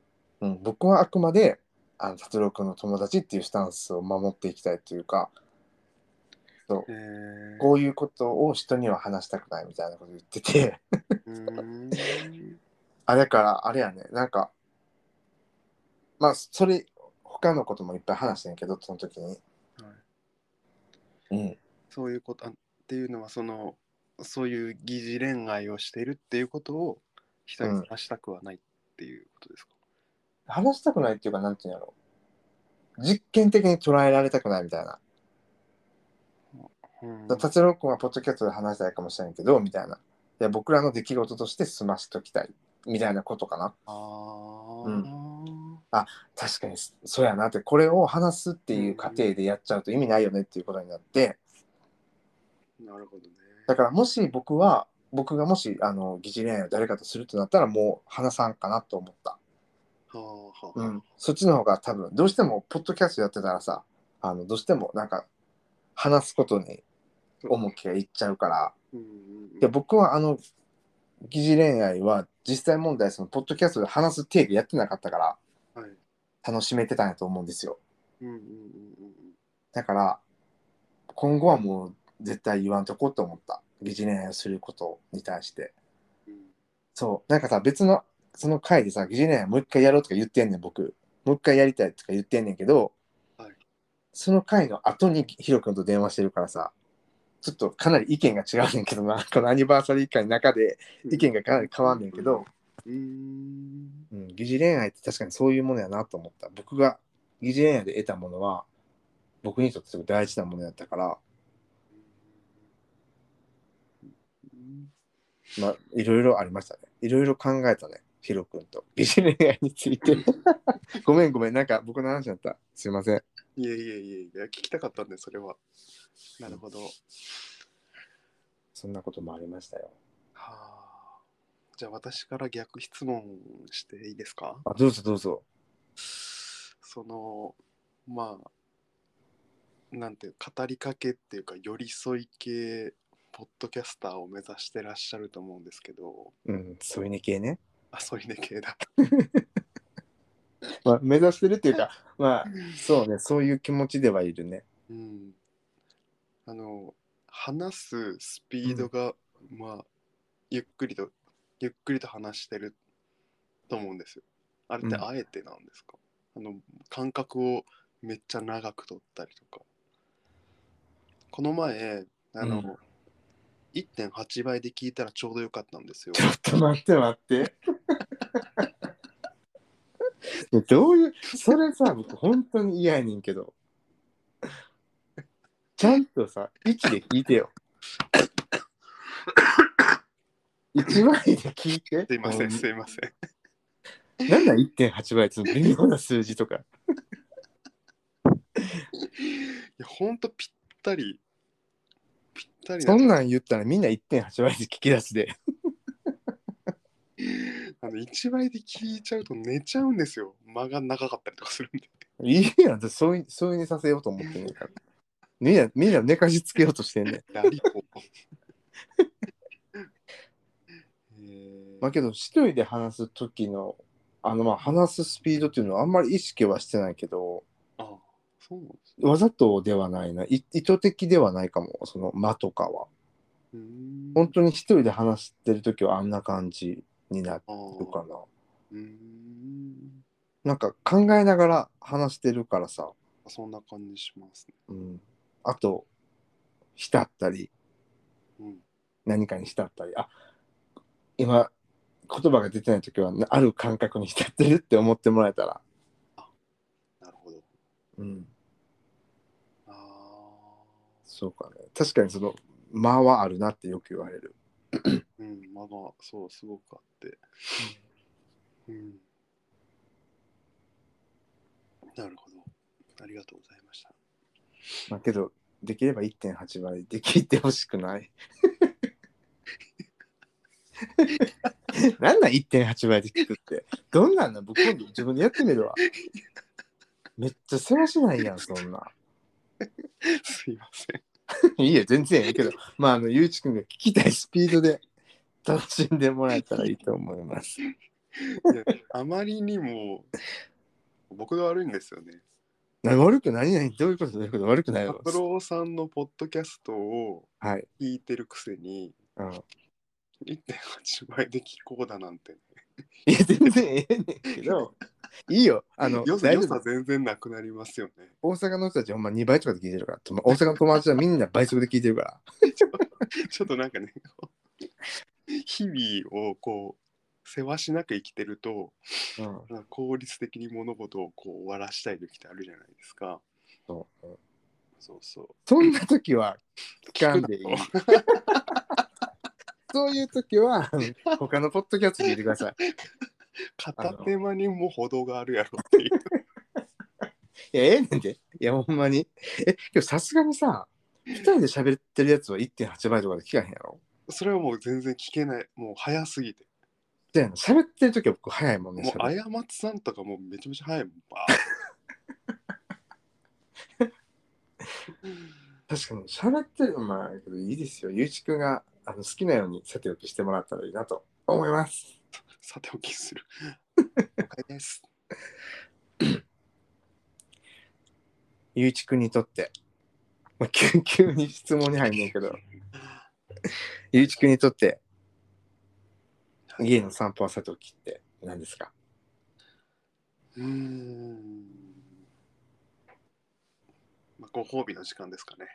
B: うん、僕はあくまであの達郎君の友達っていうスタンスを守っていきたいというかそう
C: えー、
B: こういうことを人には話したくないみたいなこと言ってて
C: うーん。
B: あだからあれやねなんかまあそれ他のこともいっぱい話してんけどその時に、
C: は
B: う
C: い
B: ん、
C: そういうことあっていうのはそのそういう疑似恋愛をしているっていうことを人に話したくはないっていうことですか、
B: 話したくないっていうかなんていうんやろ実験的に捉えられたくないみたいな
C: うん
B: だ達郎君はポッドキャストで話したいかもしれないけどみたいないや僕らの出来事として済ましときたいみたいなことかな
C: ああ、
B: う確かにそそうやなってこれを話すっていう過程でやっちゃうと意味ないよねっていうことになって
C: なるほどね。
B: だからもし僕は僕がもしあの疑似恋愛を誰かとするとなったらもう話さんかなと思った、
C: はあはあ、
B: うん、そっちの方が多分どうしてもポッドキャストやってたらさあのどうしてもなんか話すことに重きがいっちゃうから。
C: うんうんうん
B: で僕はあの疑似恋愛は実際問題そのポッドキャストで話す程度やってなかったから
C: はい。
B: 楽しめてたんやと思うんですよ
C: うんうんうんうん
B: だから今後はもう絶対言わんとこうと思った疑似恋愛をすることに対して
C: うん。
B: そうなんかさ別のその回でさ疑似恋愛もう一回やろうとか言ってんねん僕もう一回やりたいとか言ってんねんけど、
C: はい
B: その回の後にヒロ君と電話してるからさちょっとかなり意見が違うねんけどな このアニバーサリー会の中で意見がかなり変わんねんけど、
C: うーん。
B: うん、疑似恋愛って確かにそういうものやなと思った僕が疑似恋愛で得たものは僕にとってすごい大事なものだったから、まあ、いろいろありましたね。いろいろ考えたね、ヒロ君と。ビジネス愛について。ごめんごめん、なんか僕の話だった。すいません。
C: いえいえいえいえ、聞きたかったんで、それは。なるほど。は
B: そんなこともありましたよ。
C: あ。じゃあ、私から逆質問していいですか
B: あ、どうぞどうぞ。
C: その、まあ、なんていう、語りかけっていうか、寄り添い系、ポッドキャスターを目指してらっしゃると思うんですけど、
B: うん、添い寝系ね。
C: あ、添い寝系だ。
B: まあ、目指してるっていうか、まあ、そうね、そういう気持ちではいるね。
C: うん。あの、話すスピードが、まあ、ゆっくりと、ゆっくりと話してると思うんですよ。あれって
B: うん
C: あえてなんですか、あの、間隔をめっちゃ長く取ったりとか。この前、あの、
B: うん
C: 1.8倍で聞いたらちょうどよかった んですよ。
B: ちょっと待って待って。 いやどういう、それさ、僕本当に嫌やねんけど。ちゃんとさ、位置で聞いてよ。1倍で聞いて。
C: すいません、
B: も
C: すいません。
B: うなんだ1.8倍その微妙な数字とか。
C: いや、ほんとぴったり、ぴったり
B: そん
C: な
B: なん言ったらみんな1.8倍で聞き出しで。
C: あの1倍で聞いちゃうと寝ちゃうんですよ。間が長かったりとかするんで。
B: いいやん、私そういそういうにさせようと思ってんねんから。みんな、みんな寝かしつけようとしてんねん。
C: ラリコ。え
B: まあけど一人で話す時のあのまあ話すスピードっていうのはあんまり意識はしてないけど
C: あ、そうなんですね。
B: わざとではないない意図的ではないかもその間とかは
C: うーん
B: 本当に一人で話してる時はあんな感じになる
C: あ
B: か
C: ー
B: な
C: うーん。
B: なんか考えながら話してるからさ、
C: そんな感じしますね。
B: うん、あと浸ったり
C: うん。
B: 何かに浸ったりあ今言葉が出てない時はなある感覚に浸ってるって思ってもらえたら、
C: なるほど。
B: うん、
C: あ
B: そうかね。確かにその間はあるなってよく言われる。
C: あ。うん、間が、そう、すごくあって。うん。なるほど。ありがとうございました。
B: まあ、けど、できれば1.8倍で聞いてほしくない。 なんなん1.8倍で聞くって。どんなんなん僕今度自分でやってみるわ。めっちゃ世話しないやん、そんな。
C: すいません。
B: いいよ、全然いいけど、まあ、あの、ゆうちくんが聞きたいスピードで楽しんでもらえたらいいと思います。
C: いやあまりにも、僕が悪いんですよね。
B: な悪くないないどういうことどういうこと悪くないよ。
C: 拓郎さんのポッドキャストを
B: はい。
C: 聞いてるくせに
B: うん
C: 1.8倍で聞こうだなんて
B: いや、全然ええねんけど、いいよ。あの、
C: 良さ
B: 大
C: 良
B: 丈
C: さ
B: 夫。
C: 全然なくなりますよね。
B: 大阪の人たちほんま2倍とかで聞いてるから、とま大阪の友達はみんな倍速で聞いてるから。
C: ちょっとなんかねこう日々をこう世話しなく生きてると
B: うん。
C: なんか効率的に物事をこう終わらしたい時ってあるじゃないですか。
B: そううん
C: そうそう。
B: そんな時は聞かんでいい
C: 聞。
B: そういう時は、あの他のポッドキャスト聞いてください。
C: 片手間にも程があるやろっていう。
B: いや、ええねんで。いや、ほんまに。え、今日さすがにさ、2人で喋ってるやつは1.8倍とかで聞かへんやろ。
C: それはもう全然聞けない。もう早すぎて。
B: だよな喋ってる時は僕早いもんね。
C: もう
B: 喋る
C: 過ちさんとかもうめちゃめちゃ早いもん。バ ーッ
B: 確かに喋ってるのもあるけどいいですよ。ゆういちくんがあの好きなようにさておきしてもらったらいいなと思います。
C: さておきする。了解です。
B: ゆういちくんにとって、まあ、急急に質問に入んねんけど、ゆういちくんにとって、家の散歩はさておきって何ですか
C: うーん。まあ、ご褒美の時間ですかね。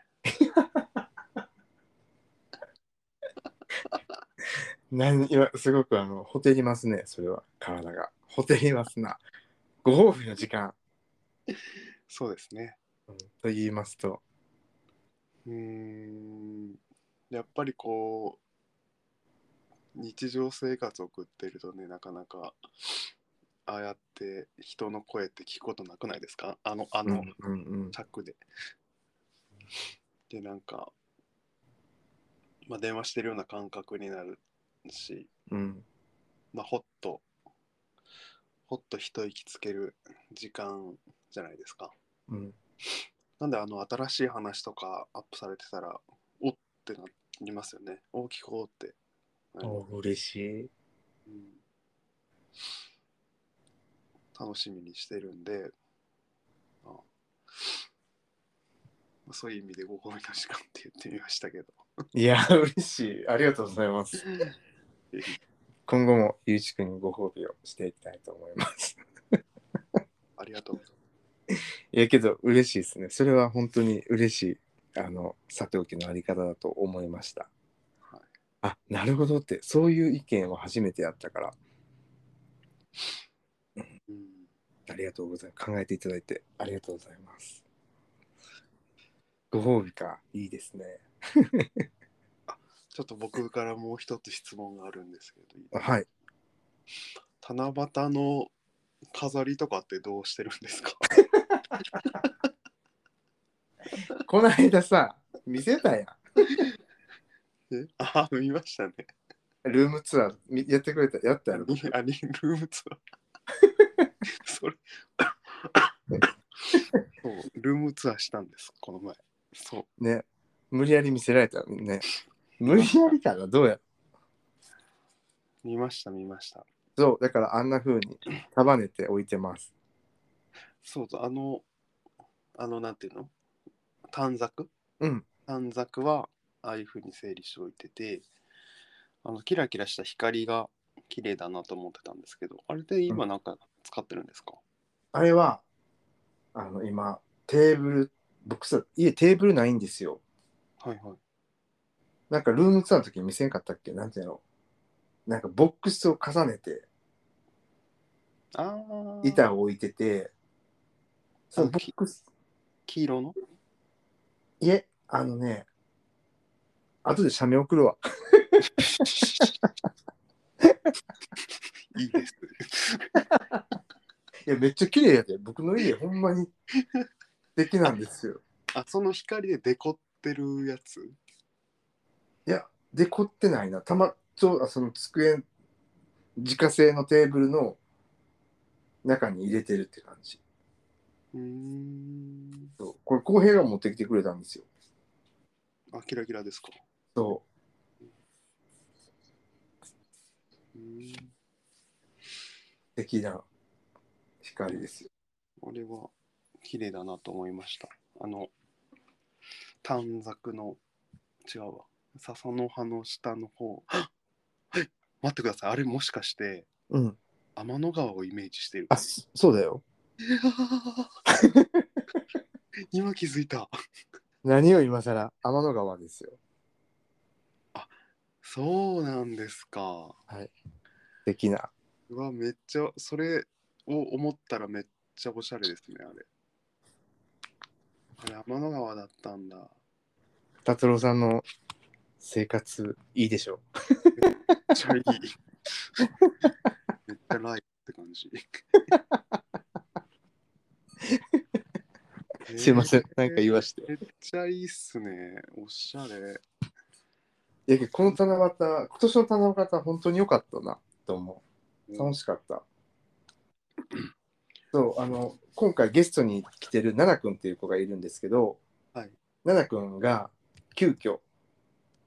B: 何今すごくあの、ほてりますね、それは、体が。ほてりますな。ご褒美の時間。
C: そうですね。
B: と言いますと
C: うーんやっぱりこう日常生活を送ってるとねなかなかああやって人の声って聞くことなくないですかあのあの
B: うんうん
C: チャックで。でなんか、まあ、電話してるような感覚になるし、
B: うん
C: まあ、ほっとほっと一息つける時間じゃないですか。
B: うん
C: なんであの新しい話とかアップされてたらおってなりますよね。お聞こうって。
B: うんお嬉しい
C: うん楽しみにしてるんで、まあまあそういう意味でご褒美の時間って言ってみましたけど。
B: いや嬉しいありがとうございます今後もゆういちくんにご褒美をしていきたいと思います
C: ありがとうございま
B: いやけど嬉しいですねそれは本当に嬉しいあのさておきのあり方だと思いました、
C: はい
B: あなるほどってそういう意見を初めてやったから
C: す。うん、
B: ありがとうございます。考えていただいてありがとうございます。ご褒美か。いいですね。
C: ちょっと僕からもう一つ質問があるんですけど、
B: あはい。
C: 七夕の飾りとかってどうしてるんですか
B: この間さ、見せたや
C: え あ、見ましたね。
B: ん。ルームツアーみやってくれた、やったやろ。
C: あリルームツアー。それ。そう、ルームツアーしたんです、この前。そう。
B: ね。無理やり見せられたね。無理やりかな、どうや。
C: 見ました、見ました。
B: そう、だからあんな風に束ねて置いてます。
C: そうそう、あの、あの、なんていうの短冊
B: うん。
C: 短冊は、ああいうふうに整理しておいてて、あの、キラキラした光が綺麗だなと思ってたんですけど、あれで今なんか使ってるんですか、
B: あれは、あの、今、テーブル、僕さ、家テーブルないんですよ。
C: はいはい。
B: なんかルームツアーの時に見せんかったっけなんていうのなんかボックスを重ねて、
C: ああ、
B: 板を置いてて、そのボックス、
C: 黄色の
B: いえ、あのね、後で写メ送るわ。
C: いいです。
B: いや、めっちゃ綺麗やで。僕の家、ほんまに素敵なんですよ。
C: あ、その光でデコってるやつ
B: いや、デコってないな。たま、ちょうどその机、自家製のテーブルの中に入れてるって感じ。
C: うーん。
B: そうこれ、浩平が持ってきてくれたんですよ。
C: あ、キラキラですか。
B: そう
C: ーん。
B: う、素敵な光ですよ。
C: あれは綺麗だなと思いました。あの、短冊の、違うわ。笹の葉の下の方。 はっはい待ってください。あれもしかして、
B: うん。
C: 天の川をイメージしてる。
B: あ、そそうだよ。
C: 今気づいた。
B: 何を今更、天の川ですよ。
C: そうなんですか。
B: 素敵な。
C: うわ、めっちゃ、それを思ったらめっちゃおしゃれですね、あれ。あれ、天の川だったんだ。
B: 達郎さんの生活いいでしょ
C: めっちゃいい。めっちゃライブって感じ。
B: う。 すいません、
C: えー
B: なんか言わして。
C: めっちゃいいっすね。おしゃれ。
B: いやけどこの七夕、今年の七夕、本当に良かったなと思う。楽しかった。そう、あの、今回ゲストに来てる奈々くんっていう子がいるんですけど、
C: はい
B: 奈々くんが急遽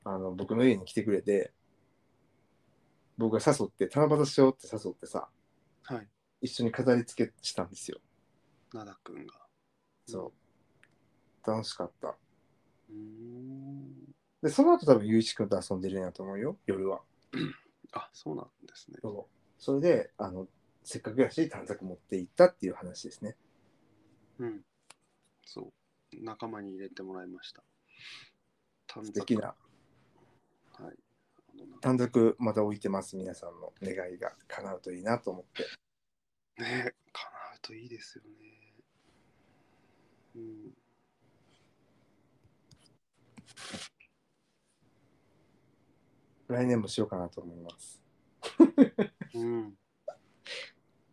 B: あの僕の家に来てくれて、僕が誘って、七夕しようって誘ってさ、
C: はい。
B: 一緒に飾り付けしたんですよ。
C: なだくんが。
B: そう。楽しかった。
C: うーん。
B: で、その後多分、ゆういちくんと遊んでるんやと思うよ、夜は。
C: あ、そうなんですね。
B: そうそれで、あの、せっかくやし、短冊持って行ったっていう話ですね。
C: うん。そう。仲間に入れてもらいました。短
B: 素敵な
C: はい。あのなんか
B: 短冊、また置いてます、皆さんの願いが叶うといいなと思って。
C: ね叶うといいですよね。うん。
B: 来年もしようかなと思います
C: うん。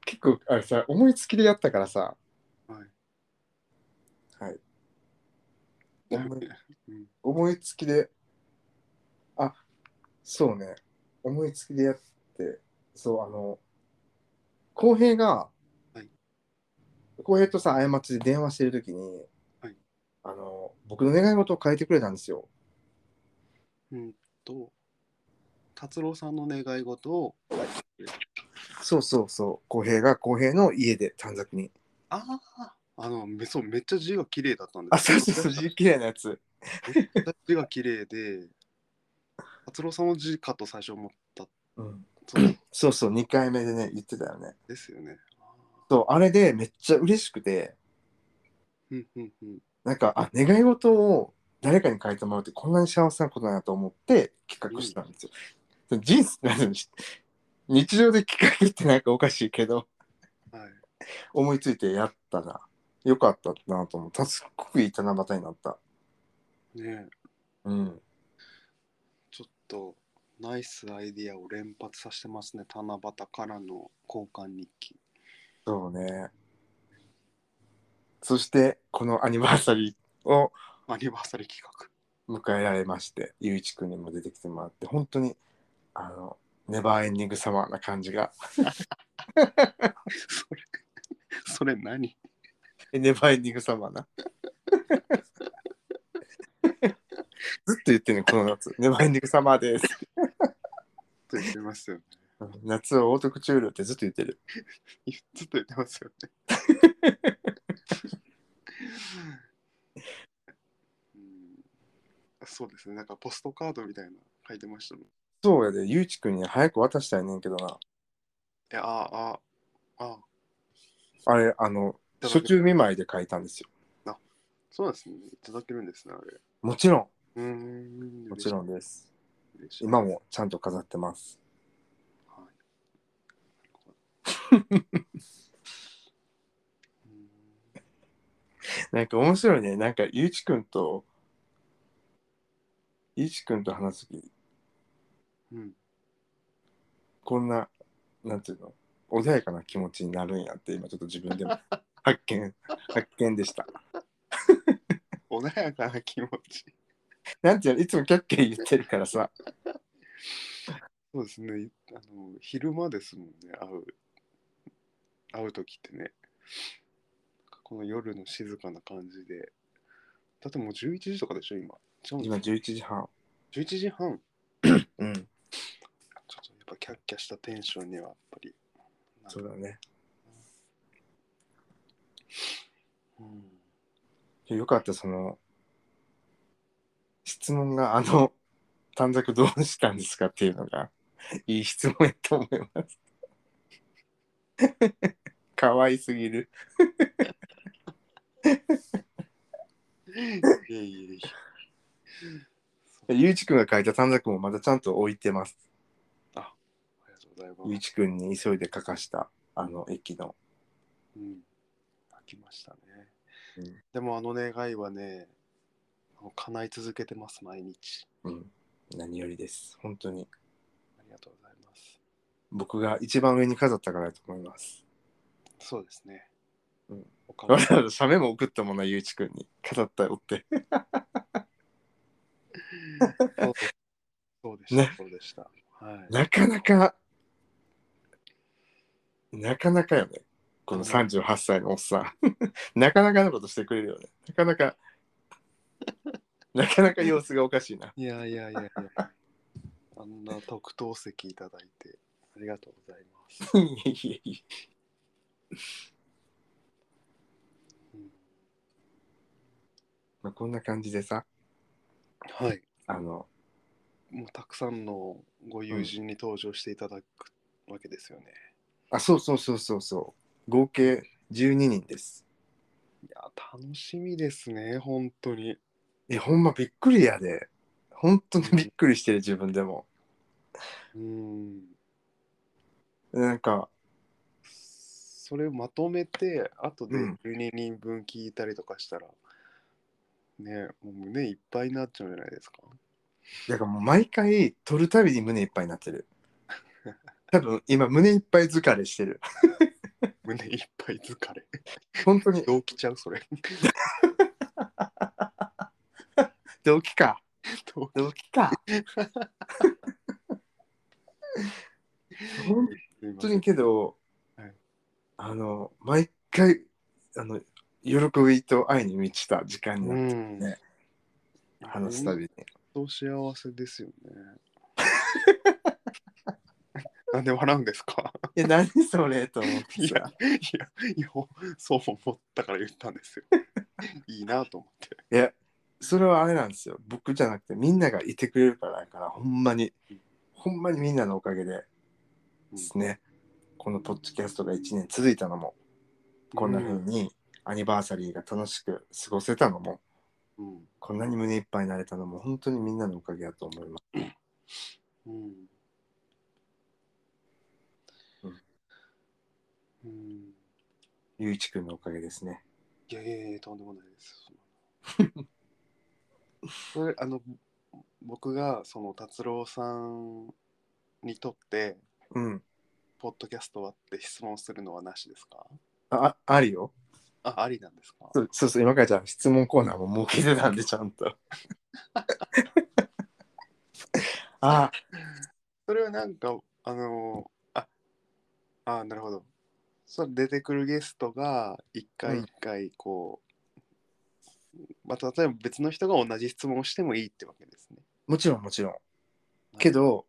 B: 結構あれさ思いつきでやったからさ
C: はい
B: はい
C: なん
B: 思
C: か
B: い思いつきであそうね思いつきでやってそうあの浩平が
C: はい
B: 浩、平とさ過ちで電話してる時に、
C: はい
B: あの僕の願い事を変えてくれたんですよ
C: うんと、達郎さんの願い事を、
B: そうそうそう浩平が浩平の家で短冊に
C: ああ、あの、めそう、めっちゃ字が綺麗だったんで
B: あ
C: す
B: そうそうそう綺麗なやつ
C: めっちゃ字が綺麗で、達郎さんの字かと最初思った。
B: うん
C: そう
B: そうそう2回目でね言ってたよね
C: ですよね。あ
B: そうあれでめっちゃ嬉しくて
C: ーうんうんうん。
B: なんかあ願い事を誰かに書いてもらうってこんなに幸せなことだなと思って企画したんですよ。人生なのに日常で企画って なんかおかしいけど
C: はい。
B: 思いついてやったらよかったなと思ったすっごくいい七夕になった。
C: ねえ
B: うん、
C: ちょっと、ナイスアイディアを連発させてますね。七夕からの交換日記。
B: そうね。そしてこのアニバーサリーを
C: アニバーサリー企画。
B: 迎えられましてゆういちくんにも出てきてもらって本当にあのネバーエンディングサマーな感じが
C: それ、それ何
B: えネバーエンディングサマーな。 ずっと言ってるね、この夏。ネバーエンディングサマーです。
C: と言ってますよね。
B: 夏をオートクチュールってずっと言ってる。
C: ずっと言ってますよね。うんそうですね。なんかポストカードみたいなの書いてましたもん。い
B: そうやで、ゆういちくんに早く渡したいねんけどな。
C: や、ああ、ああ、
B: あれ、あの、初中見舞いで書いたんですよ。
C: そうなんですね。いただけるんですね、あれ。
B: もちろん、
C: うーん。
B: もちろんです。
C: 嬉しい。
B: 今もちゃんと飾ってます。
C: はい。うん
B: なんか面白いね。なんか、ゆういちくんと、ゆういちくんと話すとき、
C: うん。
B: こんな、なんていうの、穏やかな気持ちになるんやって、今ちょっと自分でも発見、発見でした。
C: 穏やかな気持ち。
B: なんていうの、いつもキャッキャ言ってるからさ、
C: そうですね。いあの昼間ですもんね、会う。会う時ってね。この夜の静かな感じで。だってもう11時とかでしょ、今。ちょ
B: 今11時半。
C: 11時半。
B: うん、
C: ちょっとやっぱキャッキャしたテンションにはやっぱり。
B: そうだね。
C: うん、
B: よかった、その、質問があの、短冊どうしたんですかっていうのが、いい質問やと思います。 かわいすぎる。
C: いやいやいや。
B: ゆういちくんが書いた短冊もまだちゃんと置いてます。
C: ありがとうござい
B: ゆう
C: ま
B: い
C: す。
B: ちくんに急いで書かした、あの、駅の。
C: うん。泣きましたね。
B: うん
C: でもあの願いはね、あの叶い続けてます、毎日。
B: うん、何よりです。本当に。
C: ありがとうございます。
B: 僕が一番上に飾ったからだと思います。
C: そうですね。
B: うん
C: おか
B: わ
C: わ
B: ざわざサメも送ったもの、ゆういちくんに。飾ったよって。
C: そうそうでした、
B: ね
C: そうでした。はい。
B: なかなか、なかなかよね。この38歳のおっさん。 なかなかのことしてくれるよね。なかなか、なかなか様子がおかしいな。
C: いやいやいやいや。あんな特等席いただいてありがとうございます。
B: いえいえいえ
C: うん
B: まあ、こんな感じでさ、
C: はい。
B: あの、
C: もうたくさんのご友人に登場していただくわけですよね。
B: あ、そうそうそうそうそう。合計12人です。
C: いや、楽しみですね、本当に。
B: え、ほんまびっくりやで。本当にびっくりしてる自分でも。
C: うん。
B: なんか、
C: それをまとめて、後で
B: うん
C: 12人分聞いたりとかしたら、ね、もう胸いっぱいになっちゃうじゃないですか。
B: だからもう毎回撮るたびに胸いっぱいになってる。多分今胸いっぱい疲れしてる。
C: 胸いっぱい 疲れ。
B: 本当に
C: どうきちゃうそれ。
B: 動機か。
C: どう
B: 動機か。本
C: 本
B: 当にけど、
C: はい
B: あの毎回あの喜びと愛に満ちた時間に
C: う
B: なって
C: ん。
B: ね話すたびに。
C: 本当幸せですよね。 なんで笑うんですか
B: え、何それと思っ
C: い
B: て
C: や
B: さ。、
C: いや、いや、そう思ったから言ったんですよ。 いいなと思って。
B: いや、それはあれなんですよ。僕じゃなくてみんながいてくれるからだから、ほんまに、ほんまにみんなのおかげでですね、このポッドキャストが1年続いたのも、こんな風にアニバーサリーが楽しく過ごせたのも、
C: うん。
B: こんなに胸いっぱいになれたのも、本当にみんなのおかげだと思います。
C: うん。
B: うん
C: うん。
B: ゆういちくんのおかげですね。
C: いやいやいや、とんでもない です。それ、あの、僕が、その、達郎さんにとって、
B: うん。
C: ポッドキャストはって質問するのはなしですか
B: あ、ああるよ。
C: あ、ありなんですか
B: そうそうそう、今からじゃあ質問コーナーも設けてたんで、ちゃんと。 あ、
C: それはなんか、あのあ、あ、なるほど。その出てくるゲストが、一回
B: うん
C: 一回、こう、まあ、例えば別の人が同じ質問をしてもいいってわけですね。
B: もちろんもちろん。けど、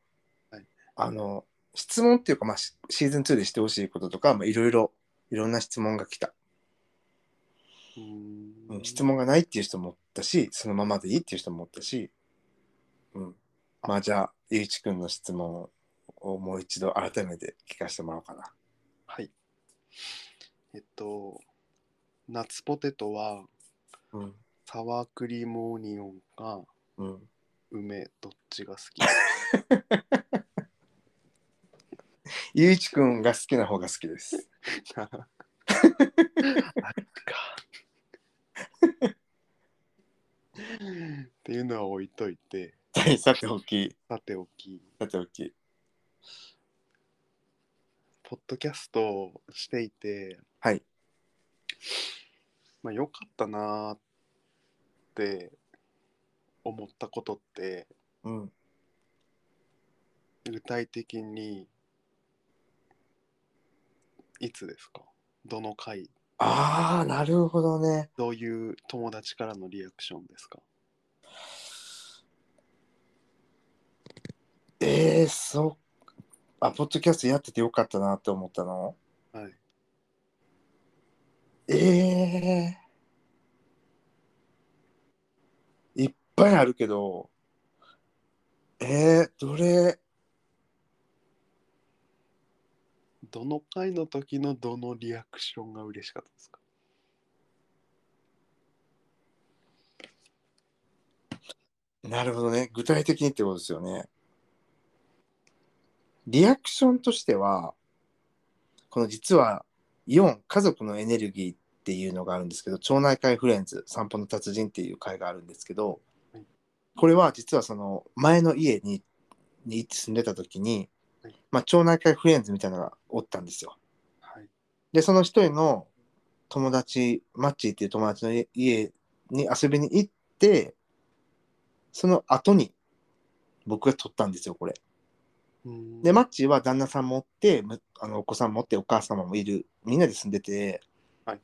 C: はい
B: あの、質問っていうか、まあ、シシーズン2でしてほしいこととか、まあ、いろいろ、いろんな質問が来た。
C: うーん
B: うん質問がないっていう人もおったし、そのままでいいっていう人もおったし、うん。まあ、じゃあ、ゆういちくんの質問をもう一度改めて聞かせてもらおうかな。
C: はい。えっと、夏ポテトは
B: うん。
C: サワークリームオニオンか
B: うん。
C: 梅どっちが好き
B: ゆういちくんが好きな方が好きです。
C: あるか。っていうのは置いといて、
B: はい さておき、
C: さておき、
B: さておき。
C: ポッドキャストをしていて、
B: はい。
C: まあ、良かったなーって思ったことって、
B: うん。
C: 具体的にいつですかどの回
B: ああ、なるほどね。
C: どういう友達からのリアクションですか
B: ええー、そう。あ、ポッドキャストやっててよかったなって思ったの
C: はい。
B: ええいっぱいあるけど、えー、どれ、
C: どの回の時のどのリアクションが嬉しかったですか
B: なるほどね。具体的にってことですよね。リアクションとしては、この実は4、家族のエネルギーっていうのがあるんですけど、町内会フレンズ、散歩の達人っていう会があるんですけど
C: はい、
B: これは実はその前の家にに住んでた時に
C: はい、
B: まあ、町内会フレンズみたいなのがおったんですよ。
C: はい。
B: で、その一人の友達、マッチーっていう友達の家に遊びに行って、その後に僕が撮ったんですよ、これ。
C: うん
B: で、マッチーは旦那さんもおって、むあのお子さんもおって、お母様もいる、みんなで住んでて、
C: はい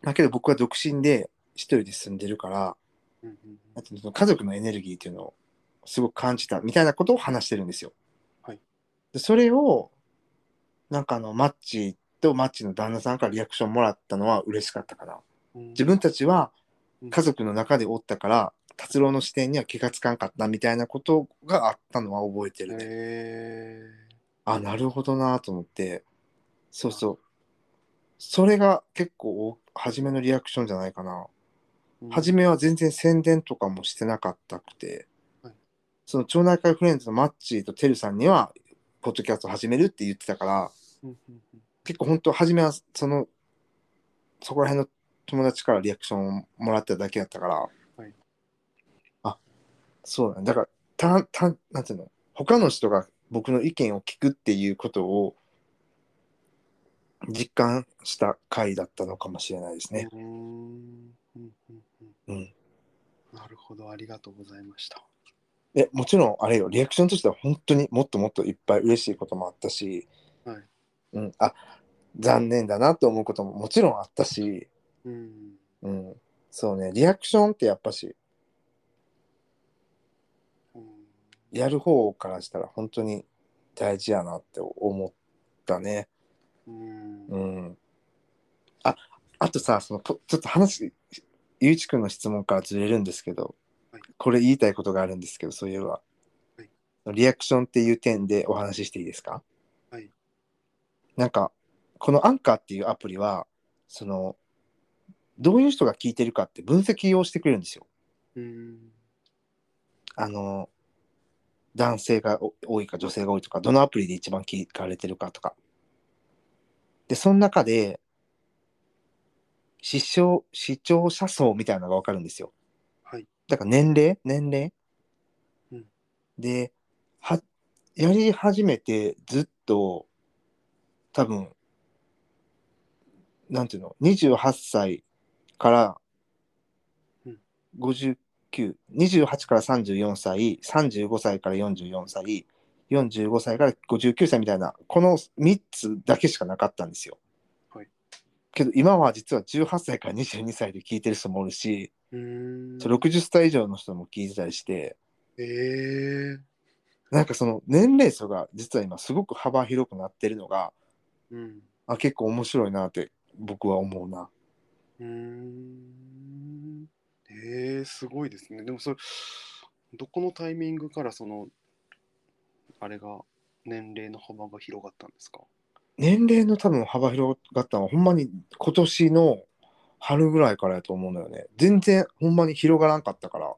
B: だけど僕は独身で一人で住んでるから、
C: うんうん
B: なんていうのその家族のエネルギーっていうのをすごく感じたみたいなことを話してるんですよ。
C: はい
B: でそれをなんかあのマッチとマッチの旦那さんからリアクションもらったのは嬉しかったかな。
C: うん
B: 自分たちは
C: うん
B: 家族の中でおったから達郎の視点には気がつかんかったみたいなことがあったのは覚えてるね。
C: え
B: あなるほどなと思ってそうそうそれが結構初めのリアクションじゃないかな。
C: ー、
B: 初めは全然宣伝とかもしてなかったくて、
C: はい
B: その町内会フレンズのマッチーとテルさんには、ポッドキャスト始めるって言ってたから、
C: うんうんうん
B: 結構本当、初めはその、そこら辺の友達からリアクションをもらってただけだったから、
C: はい
B: あそうなんだだから、たたなんていうの他の人が僕の意見を聞くっていうことを実感した回だったのかもしれないですね。
C: うーんうんうんうん
B: うん、
C: なるほど、ありがとうございました。
B: でもちろんあれよリアクションとしては本当にもっともっといっぱい嬉しいこともあったし、
C: はい
B: うん、あ残念だなと思うことももちろんあったし、
C: うん、
B: うん、そうねリアクションってやっぱし
C: うん
B: やる方からしたら本当に大事やなって思ったね。
C: う
B: う
C: んうん
B: ん。あ、あとさ、そのぽちょっと話、ゆういちくんの質問からずれるんですけど
C: はい、
B: これ言いたいことがあるんですけど、そういえば
C: はい、
B: リアクションっていう点でお話ししていいですか
C: はい。
B: なんか、このアンカーっていうアプリは、その、どういう人が聞いてるかって分析をしてくれるんですよ。
C: うん
B: あの、男性がお多いか女性が多いとか、どのアプリで一番聞かれてるかとか。で、その中で、視聴視聴者層みたいなのが分かるんですよ。
C: はい。
B: だから年齢年齢、
C: うん
B: では、やり始めてずっと、多分、なんていうの、28歳から
C: うん
B: 59、28から34歳、35歳から44歳、45歳から59歳みたいな、この3つだけしかなかったんですよ。
C: はい
B: けど今は実は18歳から22歳で聞いてる人もおるし、
C: うん
B: そう60歳以上の人も聞いてたりして、
C: えー
B: なんかその年齢層が実は今すごく幅広くなってるのが、
C: うん
B: あ結構面白いなって僕は思うな。
C: うんえー、すごいですね。でもそれ、どこのタイミングからその、あれが、年齢の幅が広がったんですか
B: 年齢の多分幅広がったのはほんまに今年の春ぐらいからやと思うのよね。全然ほんまに広がらんかったから、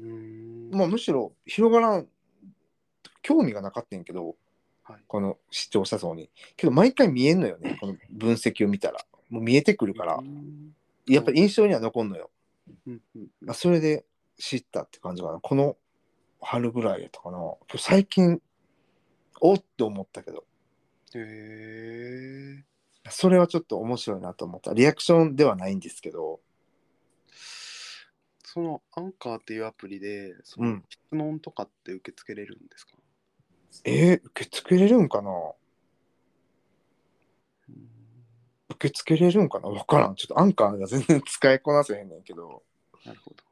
C: うん
B: まあ、むしろ広がらん興味がなかったんやけど、
C: はい
B: この視聴者層に。けど毎回見えんのよねこの分析を見たら。もう見えてくるから
C: うん
B: やっぱり印象には残んのよ。
C: うんうん
B: まあ、それで知ったって感じかな。この春ぐらいやったかな。今日最近、おっって思ったけど、
C: えー、
B: それはちょっと面白いなと思った。リアクションではないんですけど、
C: そのアンカーっていうアプリで、そ
B: うん
C: の質問とかって受け付けれるんですか、
B: えー、受け付けれるんかな
C: うん
B: 受け付けれるんかなわからん。ちょっとアンカーが全然使いこなせへんねんけど。
C: なるほど。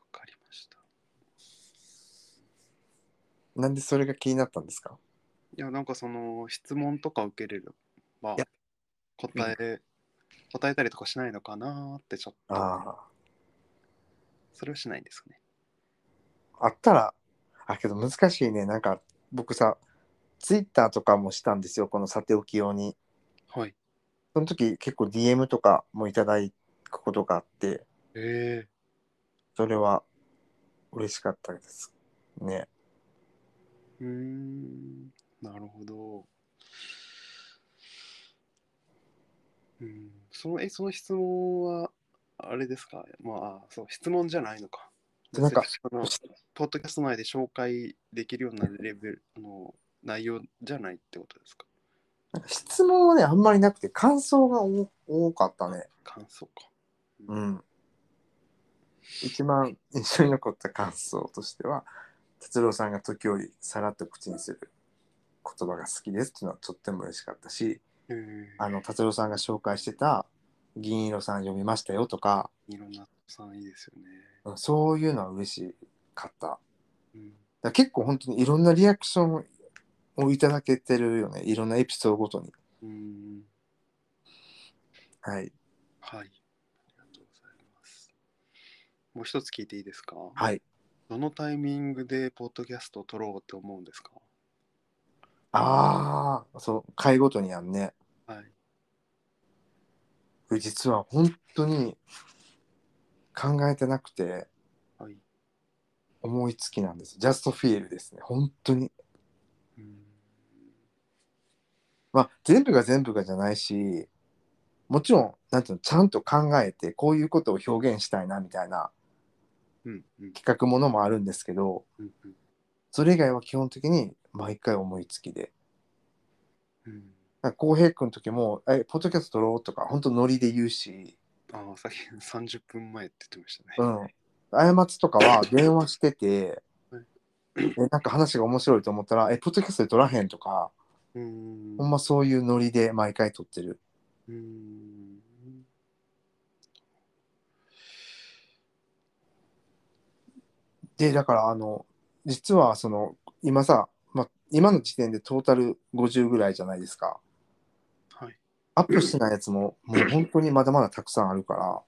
C: わかりました。
B: なんでそれが気になったんですか
C: いや、なんかその質問とか受けれれば
B: いや、
C: 答え、答えたりとかしないのかなーってちょっと、
B: あ
C: それはしないんですかね。
B: あ。あったら、あ、けど難しいね。なんか僕さ、ツイッターとかもしたんですよ。このさておき用に。
C: はい。
B: その時結構 DM とかもいただくことがあって、
C: え
B: それは嬉しかったですね。
C: えうーん、なるほど。うん、その、え、その質問は、あれですかまあ、そう、質問じゃないのか。
B: なんか
C: 別にそのポッドキャスト内で紹介できるようなレベルあの内容じゃないってことですか
B: なんか質問はね、あんまりなくて、感想が多多かったね。
C: 感想か。
B: うん。一 番印象に残った感想としては、哲郎さんが時折さらっと口にする言葉が好きですっていうのはとっても嬉しかったし、
C: え
B: あの、達郎さんが紹介してた銀色さん読みましたよとか、
C: いろんなさんいいですよね。
B: うんそういうのは嬉しかった。
C: うん、
B: だから結構本当にいろんなリアクションをいただけてるよねいろんなエピソードごとに
C: うん
B: はい
C: はい。ありがとうございます。もう一つ聞いていいですか
B: はい
C: どのタイミングでポッドキャストを撮ろうって思うんですか
B: ああそう回ごとにやんね
C: はい。
B: 実は本当に考えてなくて
C: はい。
B: 思いつきなんですジャストフィールですね本当に
C: うん
B: まあ全部が全部がじゃないしもちろんなんていうのちゃんと考えてこういうことを表現したいなみたいな
C: うんうん
B: 企画ものもあるんですけど
C: うんうん
B: それ以外は基本的に毎回思いつきで
C: うん
B: なんか浩平君の時も「えポッドキャスト撮ろう」とか本当ノリで言うし、
C: ああさっき30分前って言ってましたね。
B: うん、過ちとかは電話してて
C: はい
B: えなんか話が面白いと思ったら「えポッドキャストで撮らへん」とか
C: うーん
B: ほんまそういうノリで毎回撮ってる
C: うーん
B: でだからあの実はその今さ、まあ、今の時点でトータル50ぐらいじゃないですか
C: はい。
B: アップしてないやつももう本当にまだまだたくさんあるからだか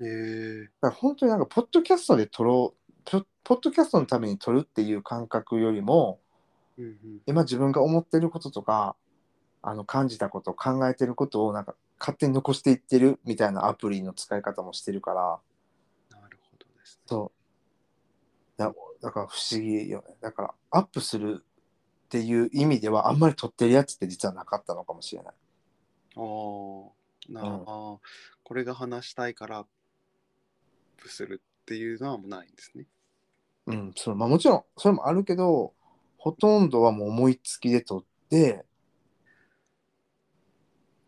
C: えー、
B: ら本当になんかポッドキャストで撮ろうポポッドキャストのために撮るっていう感覚よりも
C: うんうん
B: 今自分が思ってることとかあの感じたこと考えてることをなんか勝手に残していってるみたいなアプリの使い方もしてるから
C: なるほどですね。
B: そうだだから不思議よねだからアップするっていう意味ではあんまり撮ってるやつって実はなかったのかもしれない
C: ああ、なあ、
B: うん
C: これが話したいからアップするっていうのはもうないんですね。
B: うんそのまあもちろんそれもあるけどほとんどはもう思いつきで撮って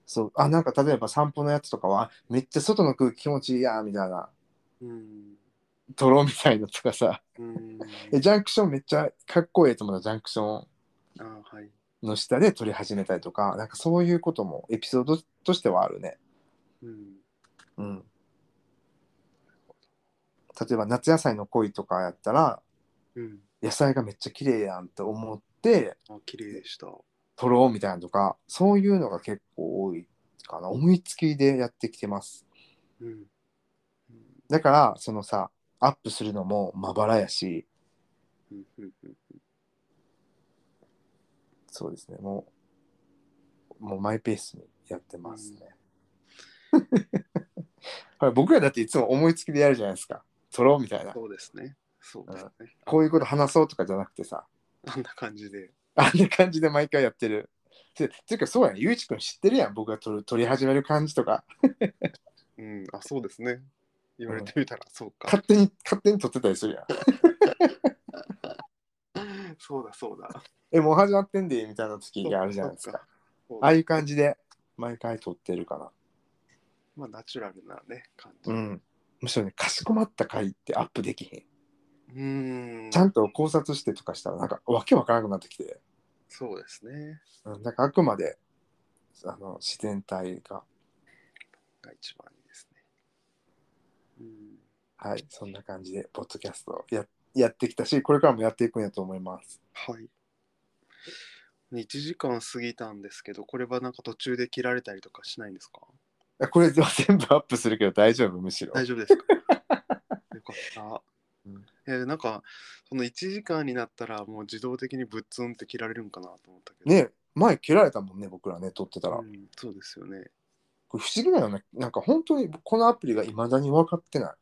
B: そうあなんか例えば散歩のやつとかはめっちゃ外の空気気持ちいいやみたいな
C: うん。
B: 撮ろうみたいなとかさ
C: うーん。
B: えジャンクションめっちゃかっこいいと思ったらジャンクショ
C: ああ、はい。
B: ンの下で撮り始めたりとかなんかそういうこともエピソードとしてはあるね
C: うん。
B: うん、例えば夏野菜の恋とかやったら
C: うん。
B: 野菜がめっちゃ綺麗やんって思って
C: あ、綺麗でした。
B: 撮ろうみたいなのとかそういうのが結構多いかな思いつきでやってきてます
C: うん。
B: だからそのさアップするのもまばらやし
C: うん。うん。うん。
B: そうですねもうもうマイペースにやってますね、 これ僕らだっていつも思いつきでやるじゃないですか撮ろうみたいな
C: そうですね。そうですね。
B: こういうこと話そうとかじゃなくてさ
C: あんな感じで。
B: あんな感じで毎回やってる。てていうかそうやん、ゆういちくん知ってるやん、僕が撮る撮り始める感じとか、
C: うん。あ、そうですね。言われてみたら、そうか。
B: 勝手に、勝手に撮ってたりするやん。
C: そうだ、そうだ。
B: え、もう始まってんで、みたいな時があるじゃないですか。
C: そう
B: ああいう感じで、毎回撮ってるかな。
C: まあ、ナチュラルなね、感じ。
B: うん。むしろね、かしこまった回ってアップできへん。
C: うん。
B: ちゃんと考察してとかしたら、なんか、わけわからなくなってきて。
C: そうですね。
B: うん、なんか、あくまで、あの、自然体が、
C: が一番いいですね。うん。
B: はい、そんな感じで、ポッドキャストをややってきたし、これからもやっていくんやと思います。
C: はい。1時間過ぎたんですけど、これはなんか途中で切られたりとかしないんですか
B: あこれでは全部アップするけど大丈夫むしろ。
C: 大丈夫ですかよかった
B: うん。
C: えーなんか、その1時間になったら、もう自動的にぶっつんって切られるんかなと思ったけど。
B: ね前切られたもんね僕らね撮ってたら、
C: うん、そうですよね。
B: これ不思議だよねなんか本当にこのアプリが未だに分かってな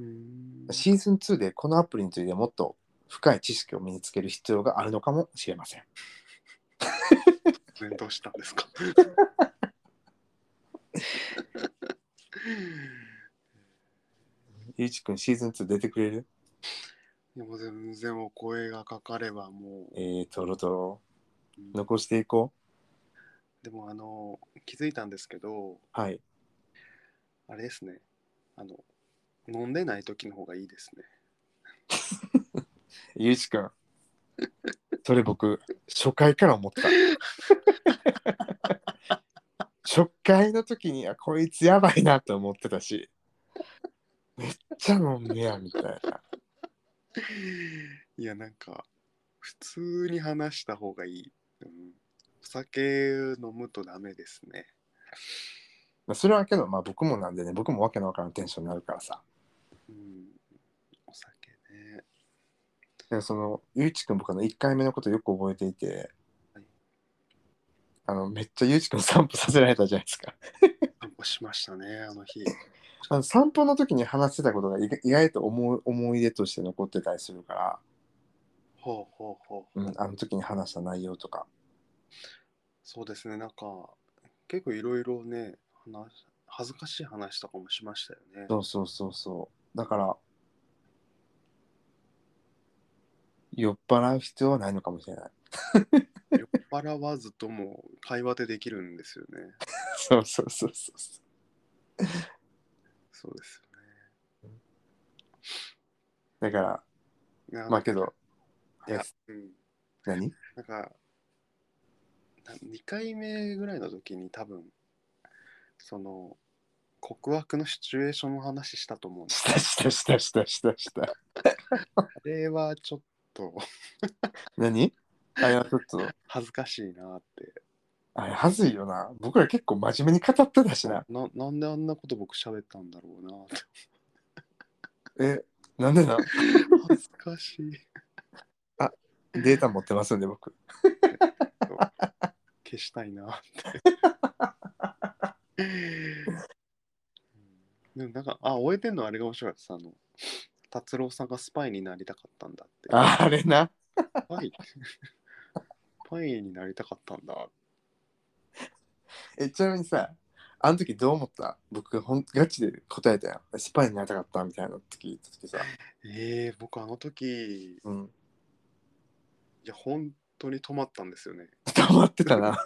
C: うーん
B: いシーズン2でこのアプリについてもっと深い知識を身につける必要があるのかもしれません
C: どうしたんですか
B: ゆういちくんシーズン2出てくれる
C: いやもう全然お声がかかればもう
B: え。ー、とろとろ
C: うん
B: 残していこ
C: でもあの気づいたんですけど
B: うはい
C: あれですねあの飲んでない時の方がいいですね
B: ゆういち くんそれ僕初回から思った 初回の時にはこいつやばいなと思ってたしめっちゃ飲んでやみたいない
C: やなんか普通に話した方がいい、うん、お酒飲むとダメですね
B: まあ、それはけど、まあ、僕もなんでね僕もわけのわからんテンションになるからさ
C: うんお酒ね
B: だからそのゆういちくん僕の1回目のことよく覚えていて、
C: はい
B: あのめっちゃゆういちくん散歩させられたじゃないです か
C: 散歩しましたねあの日
B: あの散歩の時に話してたことが意外意外と思う思い出として残ってたりするか
C: ほうほうほう、
B: ら、うん、あの時に話した内容とか
C: そうですねなんか結構いろいろね話恥ずかしい話とかもしましたよね
B: そうそうそうそうだから酔っ払う必要はないのかもしれない。
C: 酔っ払わずとも会話でできるんですよね。
B: そうそうそうそうそ
C: そうですよね
B: う。だから、。
C: なんか
B: まあけど、
C: いや
B: え
C: うん、
B: 何
C: なんかな2回目ぐらいの時に多分その告白のシチュエーションの話したと思う んです
B: したしたしたしたしたした。
C: あれはちょっと
B: 何あれはちょっと、
C: 恥ずかしいなって
B: あれはずいよな。僕ら結構真面目に語ってたしな。
C: ななんであんなこと僕喋ったんだろうなって
B: え、なんでな
C: 恥ずかしい
B: データ持ってますんで僕。
C: 消したいなって うんでもなんかあ終えてんのあれが面白かったあの達郎さんがスパイになりたかったんだって
B: ああれな。
C: パイ パイになりたかったんだ。
B: え、ちなみにさ、あの時どう思った僕ほん、ガチで答えたよ。スパイになりたかったみたいな時言った時さ。
C: ええ僕あの時、い
B: うん。
C: や、本当に止まったんですよね。
B: 黙ってたな。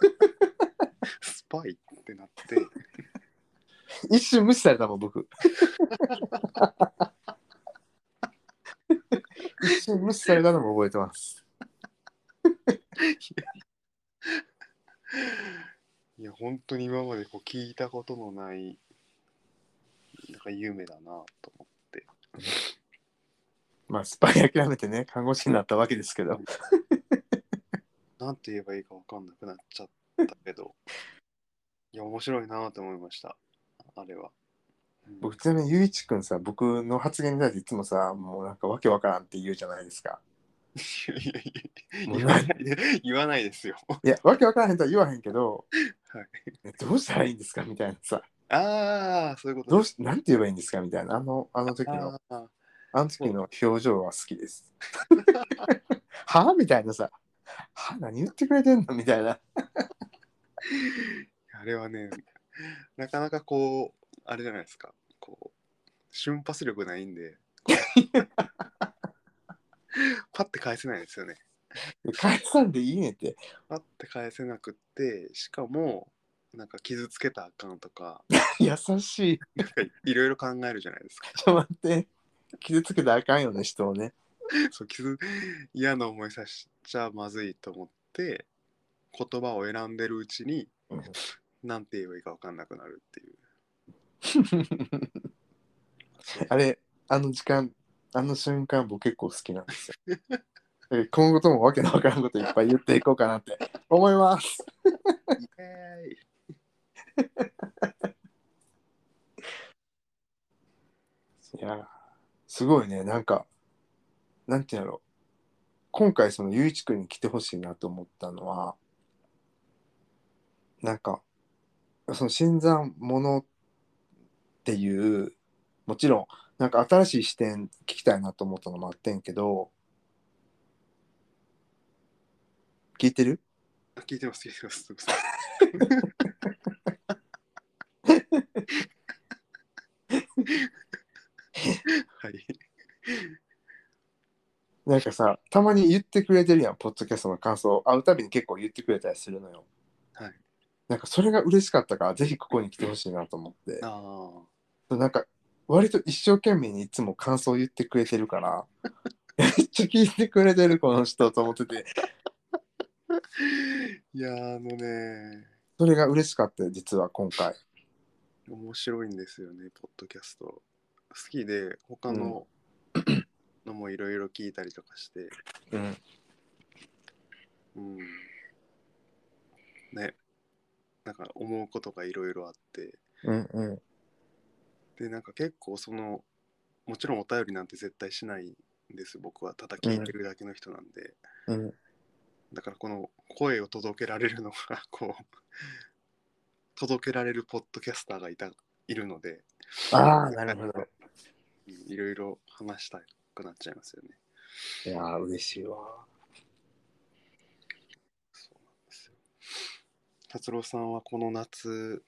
C: スパイってなって、
B: 一瞬無視されたもん僕 一瞬無視されたのも覚えてます
C: いや、本当に今までこう聞いたことのない、なんか夢だなと思
B: まあスパイ諦めてね看護師になったわけですけど
C: う。なんて言えばいいか分かんなくなっちゃったけど、いや、面白いなと思いました。あれは。うん
B: 僕ちなみにゆういちくんさ僕の発言に対していつもさもうなんかわけわからんって言うじゃないですか
C: いやいやい
B: もう
C: や、言わないで、言わないですよ。
B: いやわけわからへんとは言わへんけど、
C: はい
B: ねどうしたらいいんですかみたいなさ
C: ああ、そういうこと
B: どうしなんて言えばいいんですかみたいなあのあの時の
C: ああ、
B: あの時の表情は好きです。 はあみたいなさ。はあ何言ってくれてんのみたいな。
C: あれはね、なかなかこう、あれじゃないですか、こう、瞬発力ないんで、こうパッて返せないんですよね。
B: 解散でいいねって。
C: パッて返せなくって、しかも、なんか傷つけたらあかんとか、
B: 優しい。
C: なんかい ろいろ考えるじゃないですか。
B: ちょっと待って。傷つけたらあかんよね、人をね。
C: そう傷嫌な思いさせちゃまずいと思って、言葉を選んでるうちに
B: うん、
C: なんて言えばいいか分かんなくなるっていう。
B: あれ、あの時間、あの瞬間、僕結構好きなんですよ。だから今後ともわけのわからんこといっぱい言っていこうかなって思います。
C: イエーイ
B: いやー、すごいね、なんか、なんていうんやろう。今回、その、ゆういちくんに来てほしいなと思ったのは、なんか、その、新参者っていう、もちろん、なんか新しい視点聞きたいなと思ったのもあってんけど、聞いてる
C: あ聞いてます、聞いてます。すいませんはい。
B: なんかさ、たまに言ってくれてるやん、ポッドキャストの感想、会うたびに結構言ってくれたりするのよ。
C: はい。
B: なんかそれが嬉しかったから、ぜひここに来てほしいなと思って。
C: ああ。
B: なんか割と一生懸命にいつも感想を言ってくれてるから めっちゃ聞いてくれてるこの人と思ってて
C: いやー、あのね、
B: それが嬉しかったよ実は今回
C: 面白いんですよね、ポッドキャスト。好きで、他ののもいろいろ聞いたりとかして。
B: うん
C: うん。ね。なんか思うことがいろいろあって。
B: うんうん
C: で、なんか結構その、もちろんお便りなんて絶対しないんです、僕は。ただ聞いてるだけの人なんで。
B: うん
C: だからこの声を届けられるのが こう届けられるポッドキャスターがいたいるので
B: ああなるほど
C: うんいろいろ話したくなっちゃいますよね。
B: いやー嬉しいわ
C: そうなんですよ達郎さんはこの夏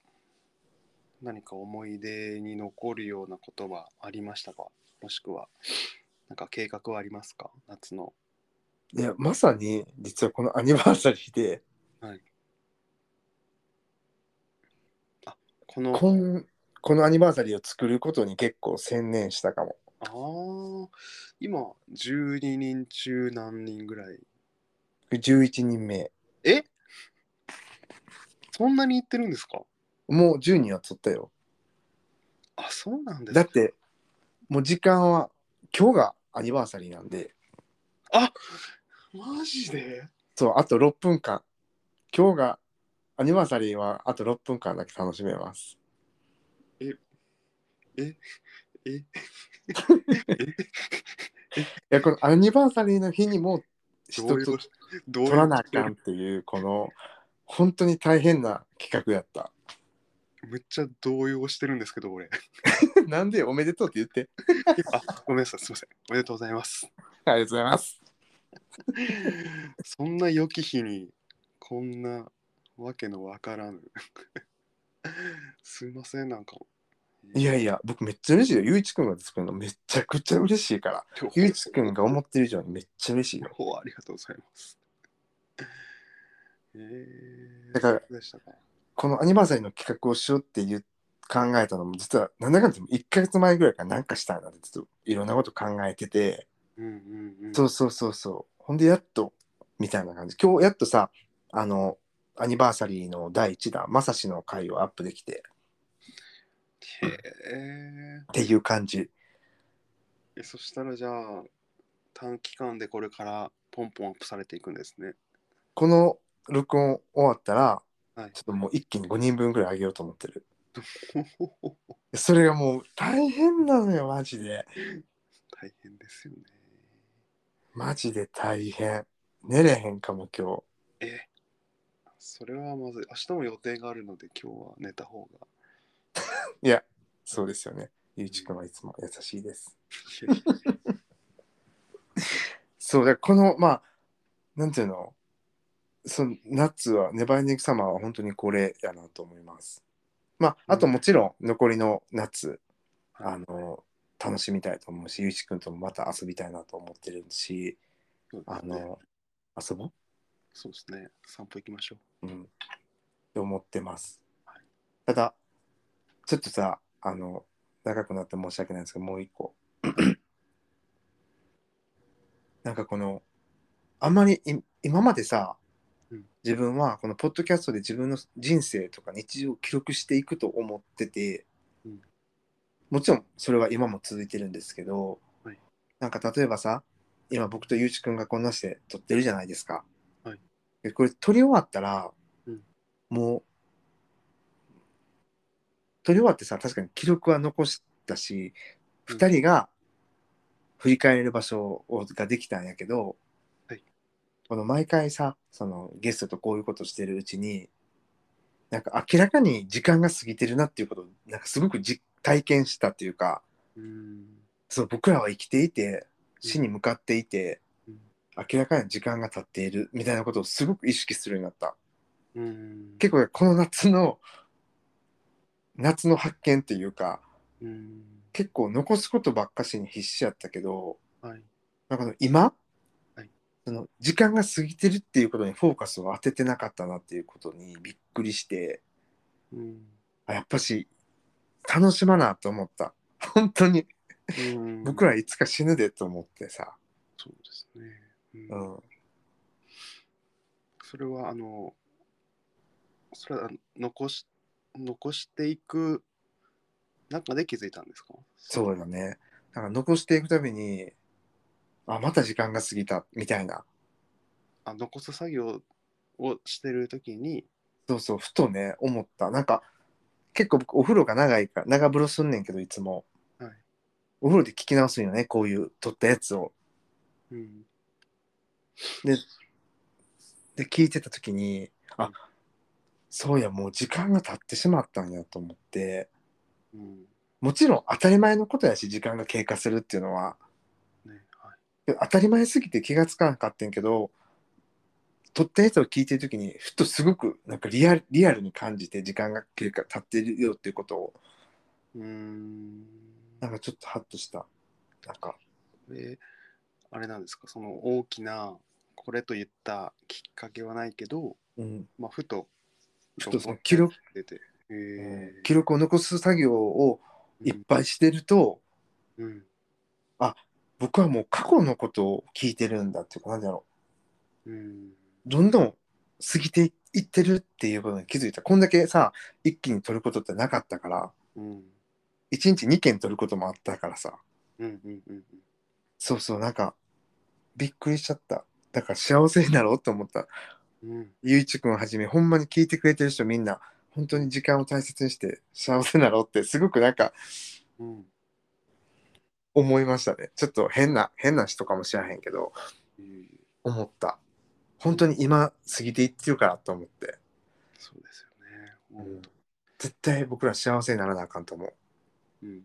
C: 何か思い出に残るようなことはありましたかもしくはなんか計画はありますか夏の
B: いやまさに実はこのアニバーサリーで
C: この
B: こんこのアニバーサリーを作ることに結構専念したかも
C: ああ今12人中何人ぐらい
B: 11人目
C: えそんなにいってるんですか
B: もう10人は取ったよ
C: あそうなんです
B: だ
C: か
B: ってもう時間は今日がアニバーサリーなんで
C: マジで
B: そうあと6分間今日がアニバーサリーはあと6分間だけ楽しめます
C: え
B: いやこのアニバーサリーの日にも一
C: どういう
B: つ
C: ことどうい
B: 取
C: う
B: らなあかんっていうこの本当に大変な企画やった
C: めっちゃ動揺してるんですけど俺
B: なんでおめでとうって言って
C: あごめんなさいすいませんおめでとうございます
B: ありがとうございます
C: そんな良き日にこんなわけのわからぬ すいませんなんか
B: いやいや僕めっちゃ嬉しいよゆういちくんが作るのめちゃくちゃ嬉しいから
C: 今日
B: ゆういちくんが思ってる以上にめっちゃ嬉しいよ
C: おありがとうございます。えー、
B: だから
C: そうでしたか。
B: このアニバーサリーの企画をしようっていう考えたのも実はなんだかんだ言っても1ヶ月前ぐらいからなんかしたいなってちょっといろんなこと考えてて、
C: うんうんうん。
B: そうそうそうそうほんでやっとみたいな感じ今日やっとさあのアニバーサリーの第1弾まさしの回をアップできて
C: へえ
B: っていう感じ
C: え。そしたらじゃあ、短期間でこれからポンポンアップされていくんですね。
B: この録音終わったら
C: はい
B: ちょっともう一気に5人分ぐらいあげようと思ってる
C: ほほほほ
B: それがもう大変なのよマジで
C: 大変ですよね。
B: マジで大変寝れへんかも今日
C: え、それはまずい。明日も予定があるので、今日は寝た方が。
B: いや、そうですよね。ゆういちくんはいつも優しいです。
C: い やいや
B: そうだ、この、まあ、なんていうの、その夏は、ネバーエンディングサマーは本当にこれやなと思います。まあ、あともちろん、残りの夏、あの、楽しみたいと思うし、ゆういちくんともまた遊びたいなと思ってるし、
C: そうで
B: あ
C: すね。
B: の、遊ぼ
C: そうですね。散歩行きましょう。
B: ううん。って思ってます。ただ、ちょっとさ、あの、長くなって申し訳ないんですけど、もう一個。 なんかこの、あんまりい今までさ
C: うん、
B: 自分はこのポッドキャストで自分の人生とか日常を記録していくと思ってて
C: うん、
B: もちろんそれは今も続いてるんですけど
C: はい、
B: なんか例えばさ、今僕とゆうちくんがこんなして撮ってるじゃないですか
C: はい。
B: でこれ撮り終わったら
C: うん、
B: もう撮り終わってさ確かに記録は残したし
C: うん
B: 2人が振り返れる場所をができたんやけど、
C: はい
B: この毎回さそのゲストとこういうことしてるうちになんか明らかに時間が過ぎてるなっていうことをなんかすごくじ体験したっていうか
C: うーん。
B: そう僕らは生きていて死に向かっていて、
C: うん
B: 明らかに時間が経っているみたいなことをすごく意識するようになった。
C: うーん。
B: 結構この夏の夏の発見っていうか
C: うーん。
B: 結構残すことばっかしに必死やったけど
C: はい。
B: なんかこの今、
C: はい
B: その時間が過ぎてるっていうことにフォーカスを当ててなかったなっていうことにびっくりして
C: うん。
B: あやっぱし楽しまなと思った本当に
C: うん
B: 僕らいつか死ぬでと思ってさ、
C: そうですね。
B: う
C: うん
B: ん
C: それはあのそれは残し残していく中で気づいたんですか
B: そうだねなんか残していくためにあまた時間が過ぎたみたいな
C: あ残す作業をしてる時に
B: そうそう、ふとね、思った。なんか、結構僕、お風呂が長いから、長風呂すんねんけど、いつも。
C: はい
B: お風呂で聞き直すんよね、こういう、撮ったやつを。
C: うん
B: で、聞いてた時に、
C: う
B: あ
C: ん、
B: そうや、もう時間が経ってしまったんやと思って、
C: うん
B: もちろん当たり前のことやし、時間が経過するっていうのは、
C: ねはい
B: で当たり前すぎて気がつかなかったんやけど、撮ったやつを聞いてる時に、ふっとすごく、なんかリアル、リアルに感じて、時間が経過、経ってるよっていうことを、
C: うーん
B: なんかちょっとハッとした。なんか、
C: であれなんですかその大きなこれと言ったきっかけはないけど、
B: うん、
C: まあ、ふと
B: ふとその記録
C: 出て、えー
B: 記録を残す作業をいっぱいしてると、
C: うん、
B: 僕はもう過去のことを聞いてるんだっていうかなんだろ
C: うん、
B: うどんどん過ぎていってるっていうことに気づいたこんだけさ一気に取ることってなかったから
C: うん、
B: 1日2件取ることもあったからさ
C: うん、うん、うん、
B: そうそうなんかびっくりしちゃっただから幸せになろうと思った
C: うん、
B: ゆいちくんはじめほんまに聞いてくれてる人みんな本当に時間を大切にして幸せになろうってすごくなんか
C: うん、
B: 思いましたねちょっと変な変な人かもしれへんけど
C: うん、
B: 思った本当に今過ぎていってるからと思って
C: そうですよね。本当
B: 絶対僕ら幸せにならなあかんと思う
C: うん、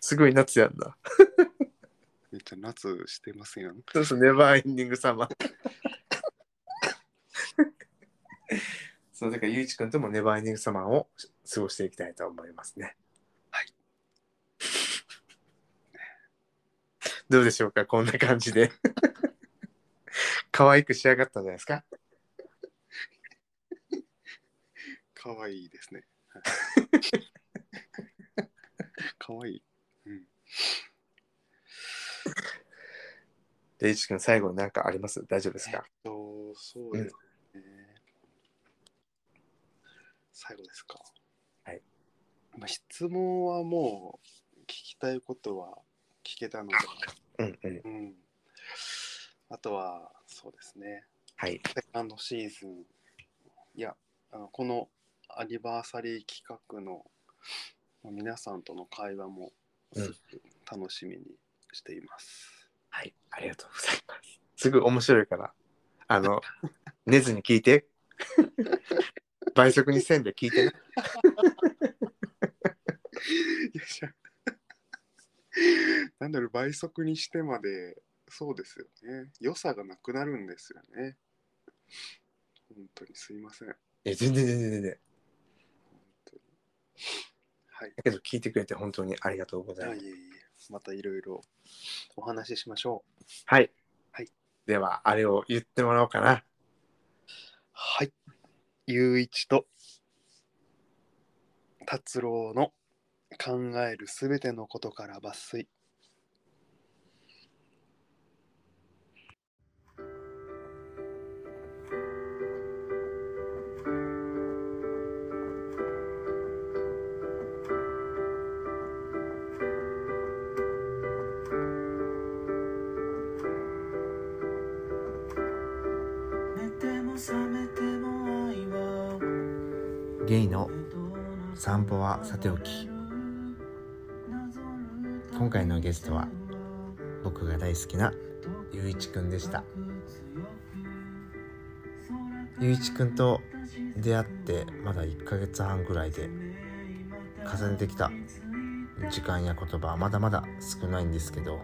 B: すごい夏やんな
C: めっちゃ夏してますやん。
B: そうそうネバーエンディング様 そうだからゆういちくんともネバーエンディング様を過ごしていきたいと思いますね
C: はい
B: どうでしょうかこんな感じで 可愛く仕上がったんじゃないですか
C: 可愛いですね。はい可愛い。
B: でゆういちくん最後に何かあります大丈夫ですか
C: そう、そうですね。最後ですか。
B: はい。
C: まあ、質問はもう聞きたいことは聞けたので、
B: うんうん
C: うん。あとは、そうですね。
B: はい
C: セカンドシーズン、いや、あのこのアニバーサリー企画のまあ皆さんとの会話も
B: うん
C: すごく楽しみにしています。
B: はい、ありがとうございます。すごい面白いから、あ の、寝ずに聞いて。倍速にせんで聞いてね。
C: いやじゃあ なんだろう、倍速にしてまで、そうですよね。良さがなくなるんですよね。本当にすいません。本
B: え、全然全然全然。
C: 当にはい。
B: だけど聞いてくれて本当にありがとうござい
C: あ
B: ま
C: い
B: す。
C: えいえ、またいろいろお話ししましょう。
B: はい。
C: はい
B: では、あれを言ってもらおうかな。
C: はい。ゆういちと達郎の考えるすべてのことから抜粋。
D: 寝ても覚めても愛は
E: ゲイの散歩はさておき今回のゲストは
B: 僕が大好きなゆういちくんでした。ゆういちくんと出会ってまだ1ヶ月半ぐらいで重ねてきた時間や言葉はまだまだ少ないんですけど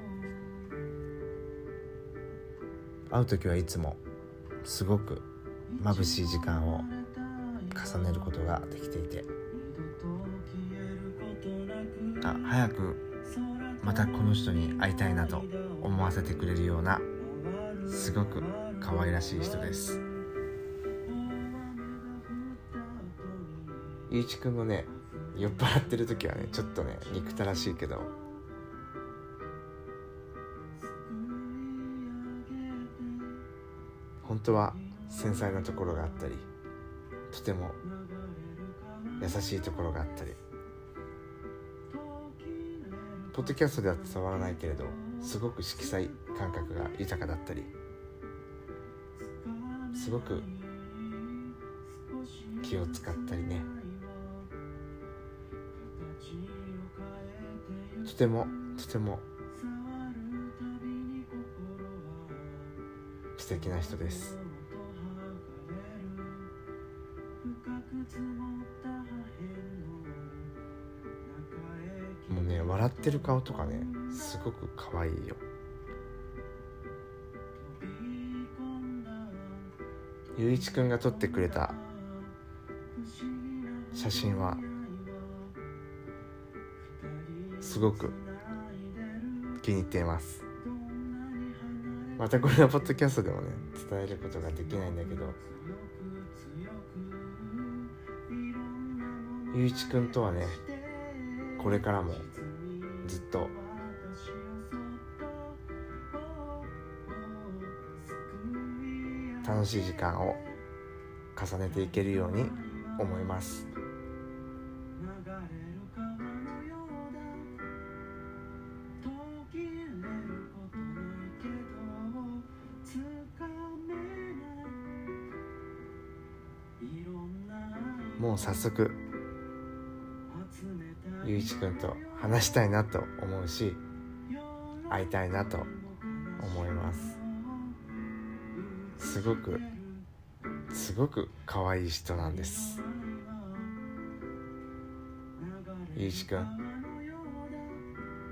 B: 会う時はいつもすごく眩しい時間を重ねることができていてあ早くまたこの人に会いたいなと思わせてくれるようなすごく可愛らしい人ですゆういちくんのね酔っ払ってる時はねちょっとね憎たらしいけど本当は繊細なところがあったりとても優しいところがあったりポッドキャストでは伝わらないけれどすごく色彩感覚が豊かだったりすごく気を使ったりねとてもとても素敵な人ですもうね笑ってる顔とかねすごく可愛いよゆういちくんが撮ってくれた写真はすごく気に入っていますまたこれはポッドキャストでもね伝えることができないんだけどゆういちくんとはねこれからもずっと楽しい時間を重ねていけるように思いますもう早速ゆういちくんと話したいなと思うし会いたいなと思いますすごくすごく可愛い人なんですゆういちくん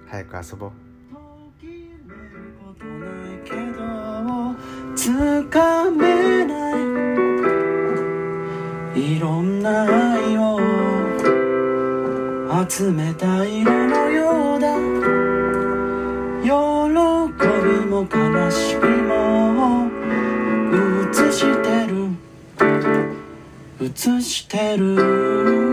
B: 早く遊ぼう
E: ことないけどつかめないいろんな愛を集めた色のようだ喜びも悲しみも映してる映してる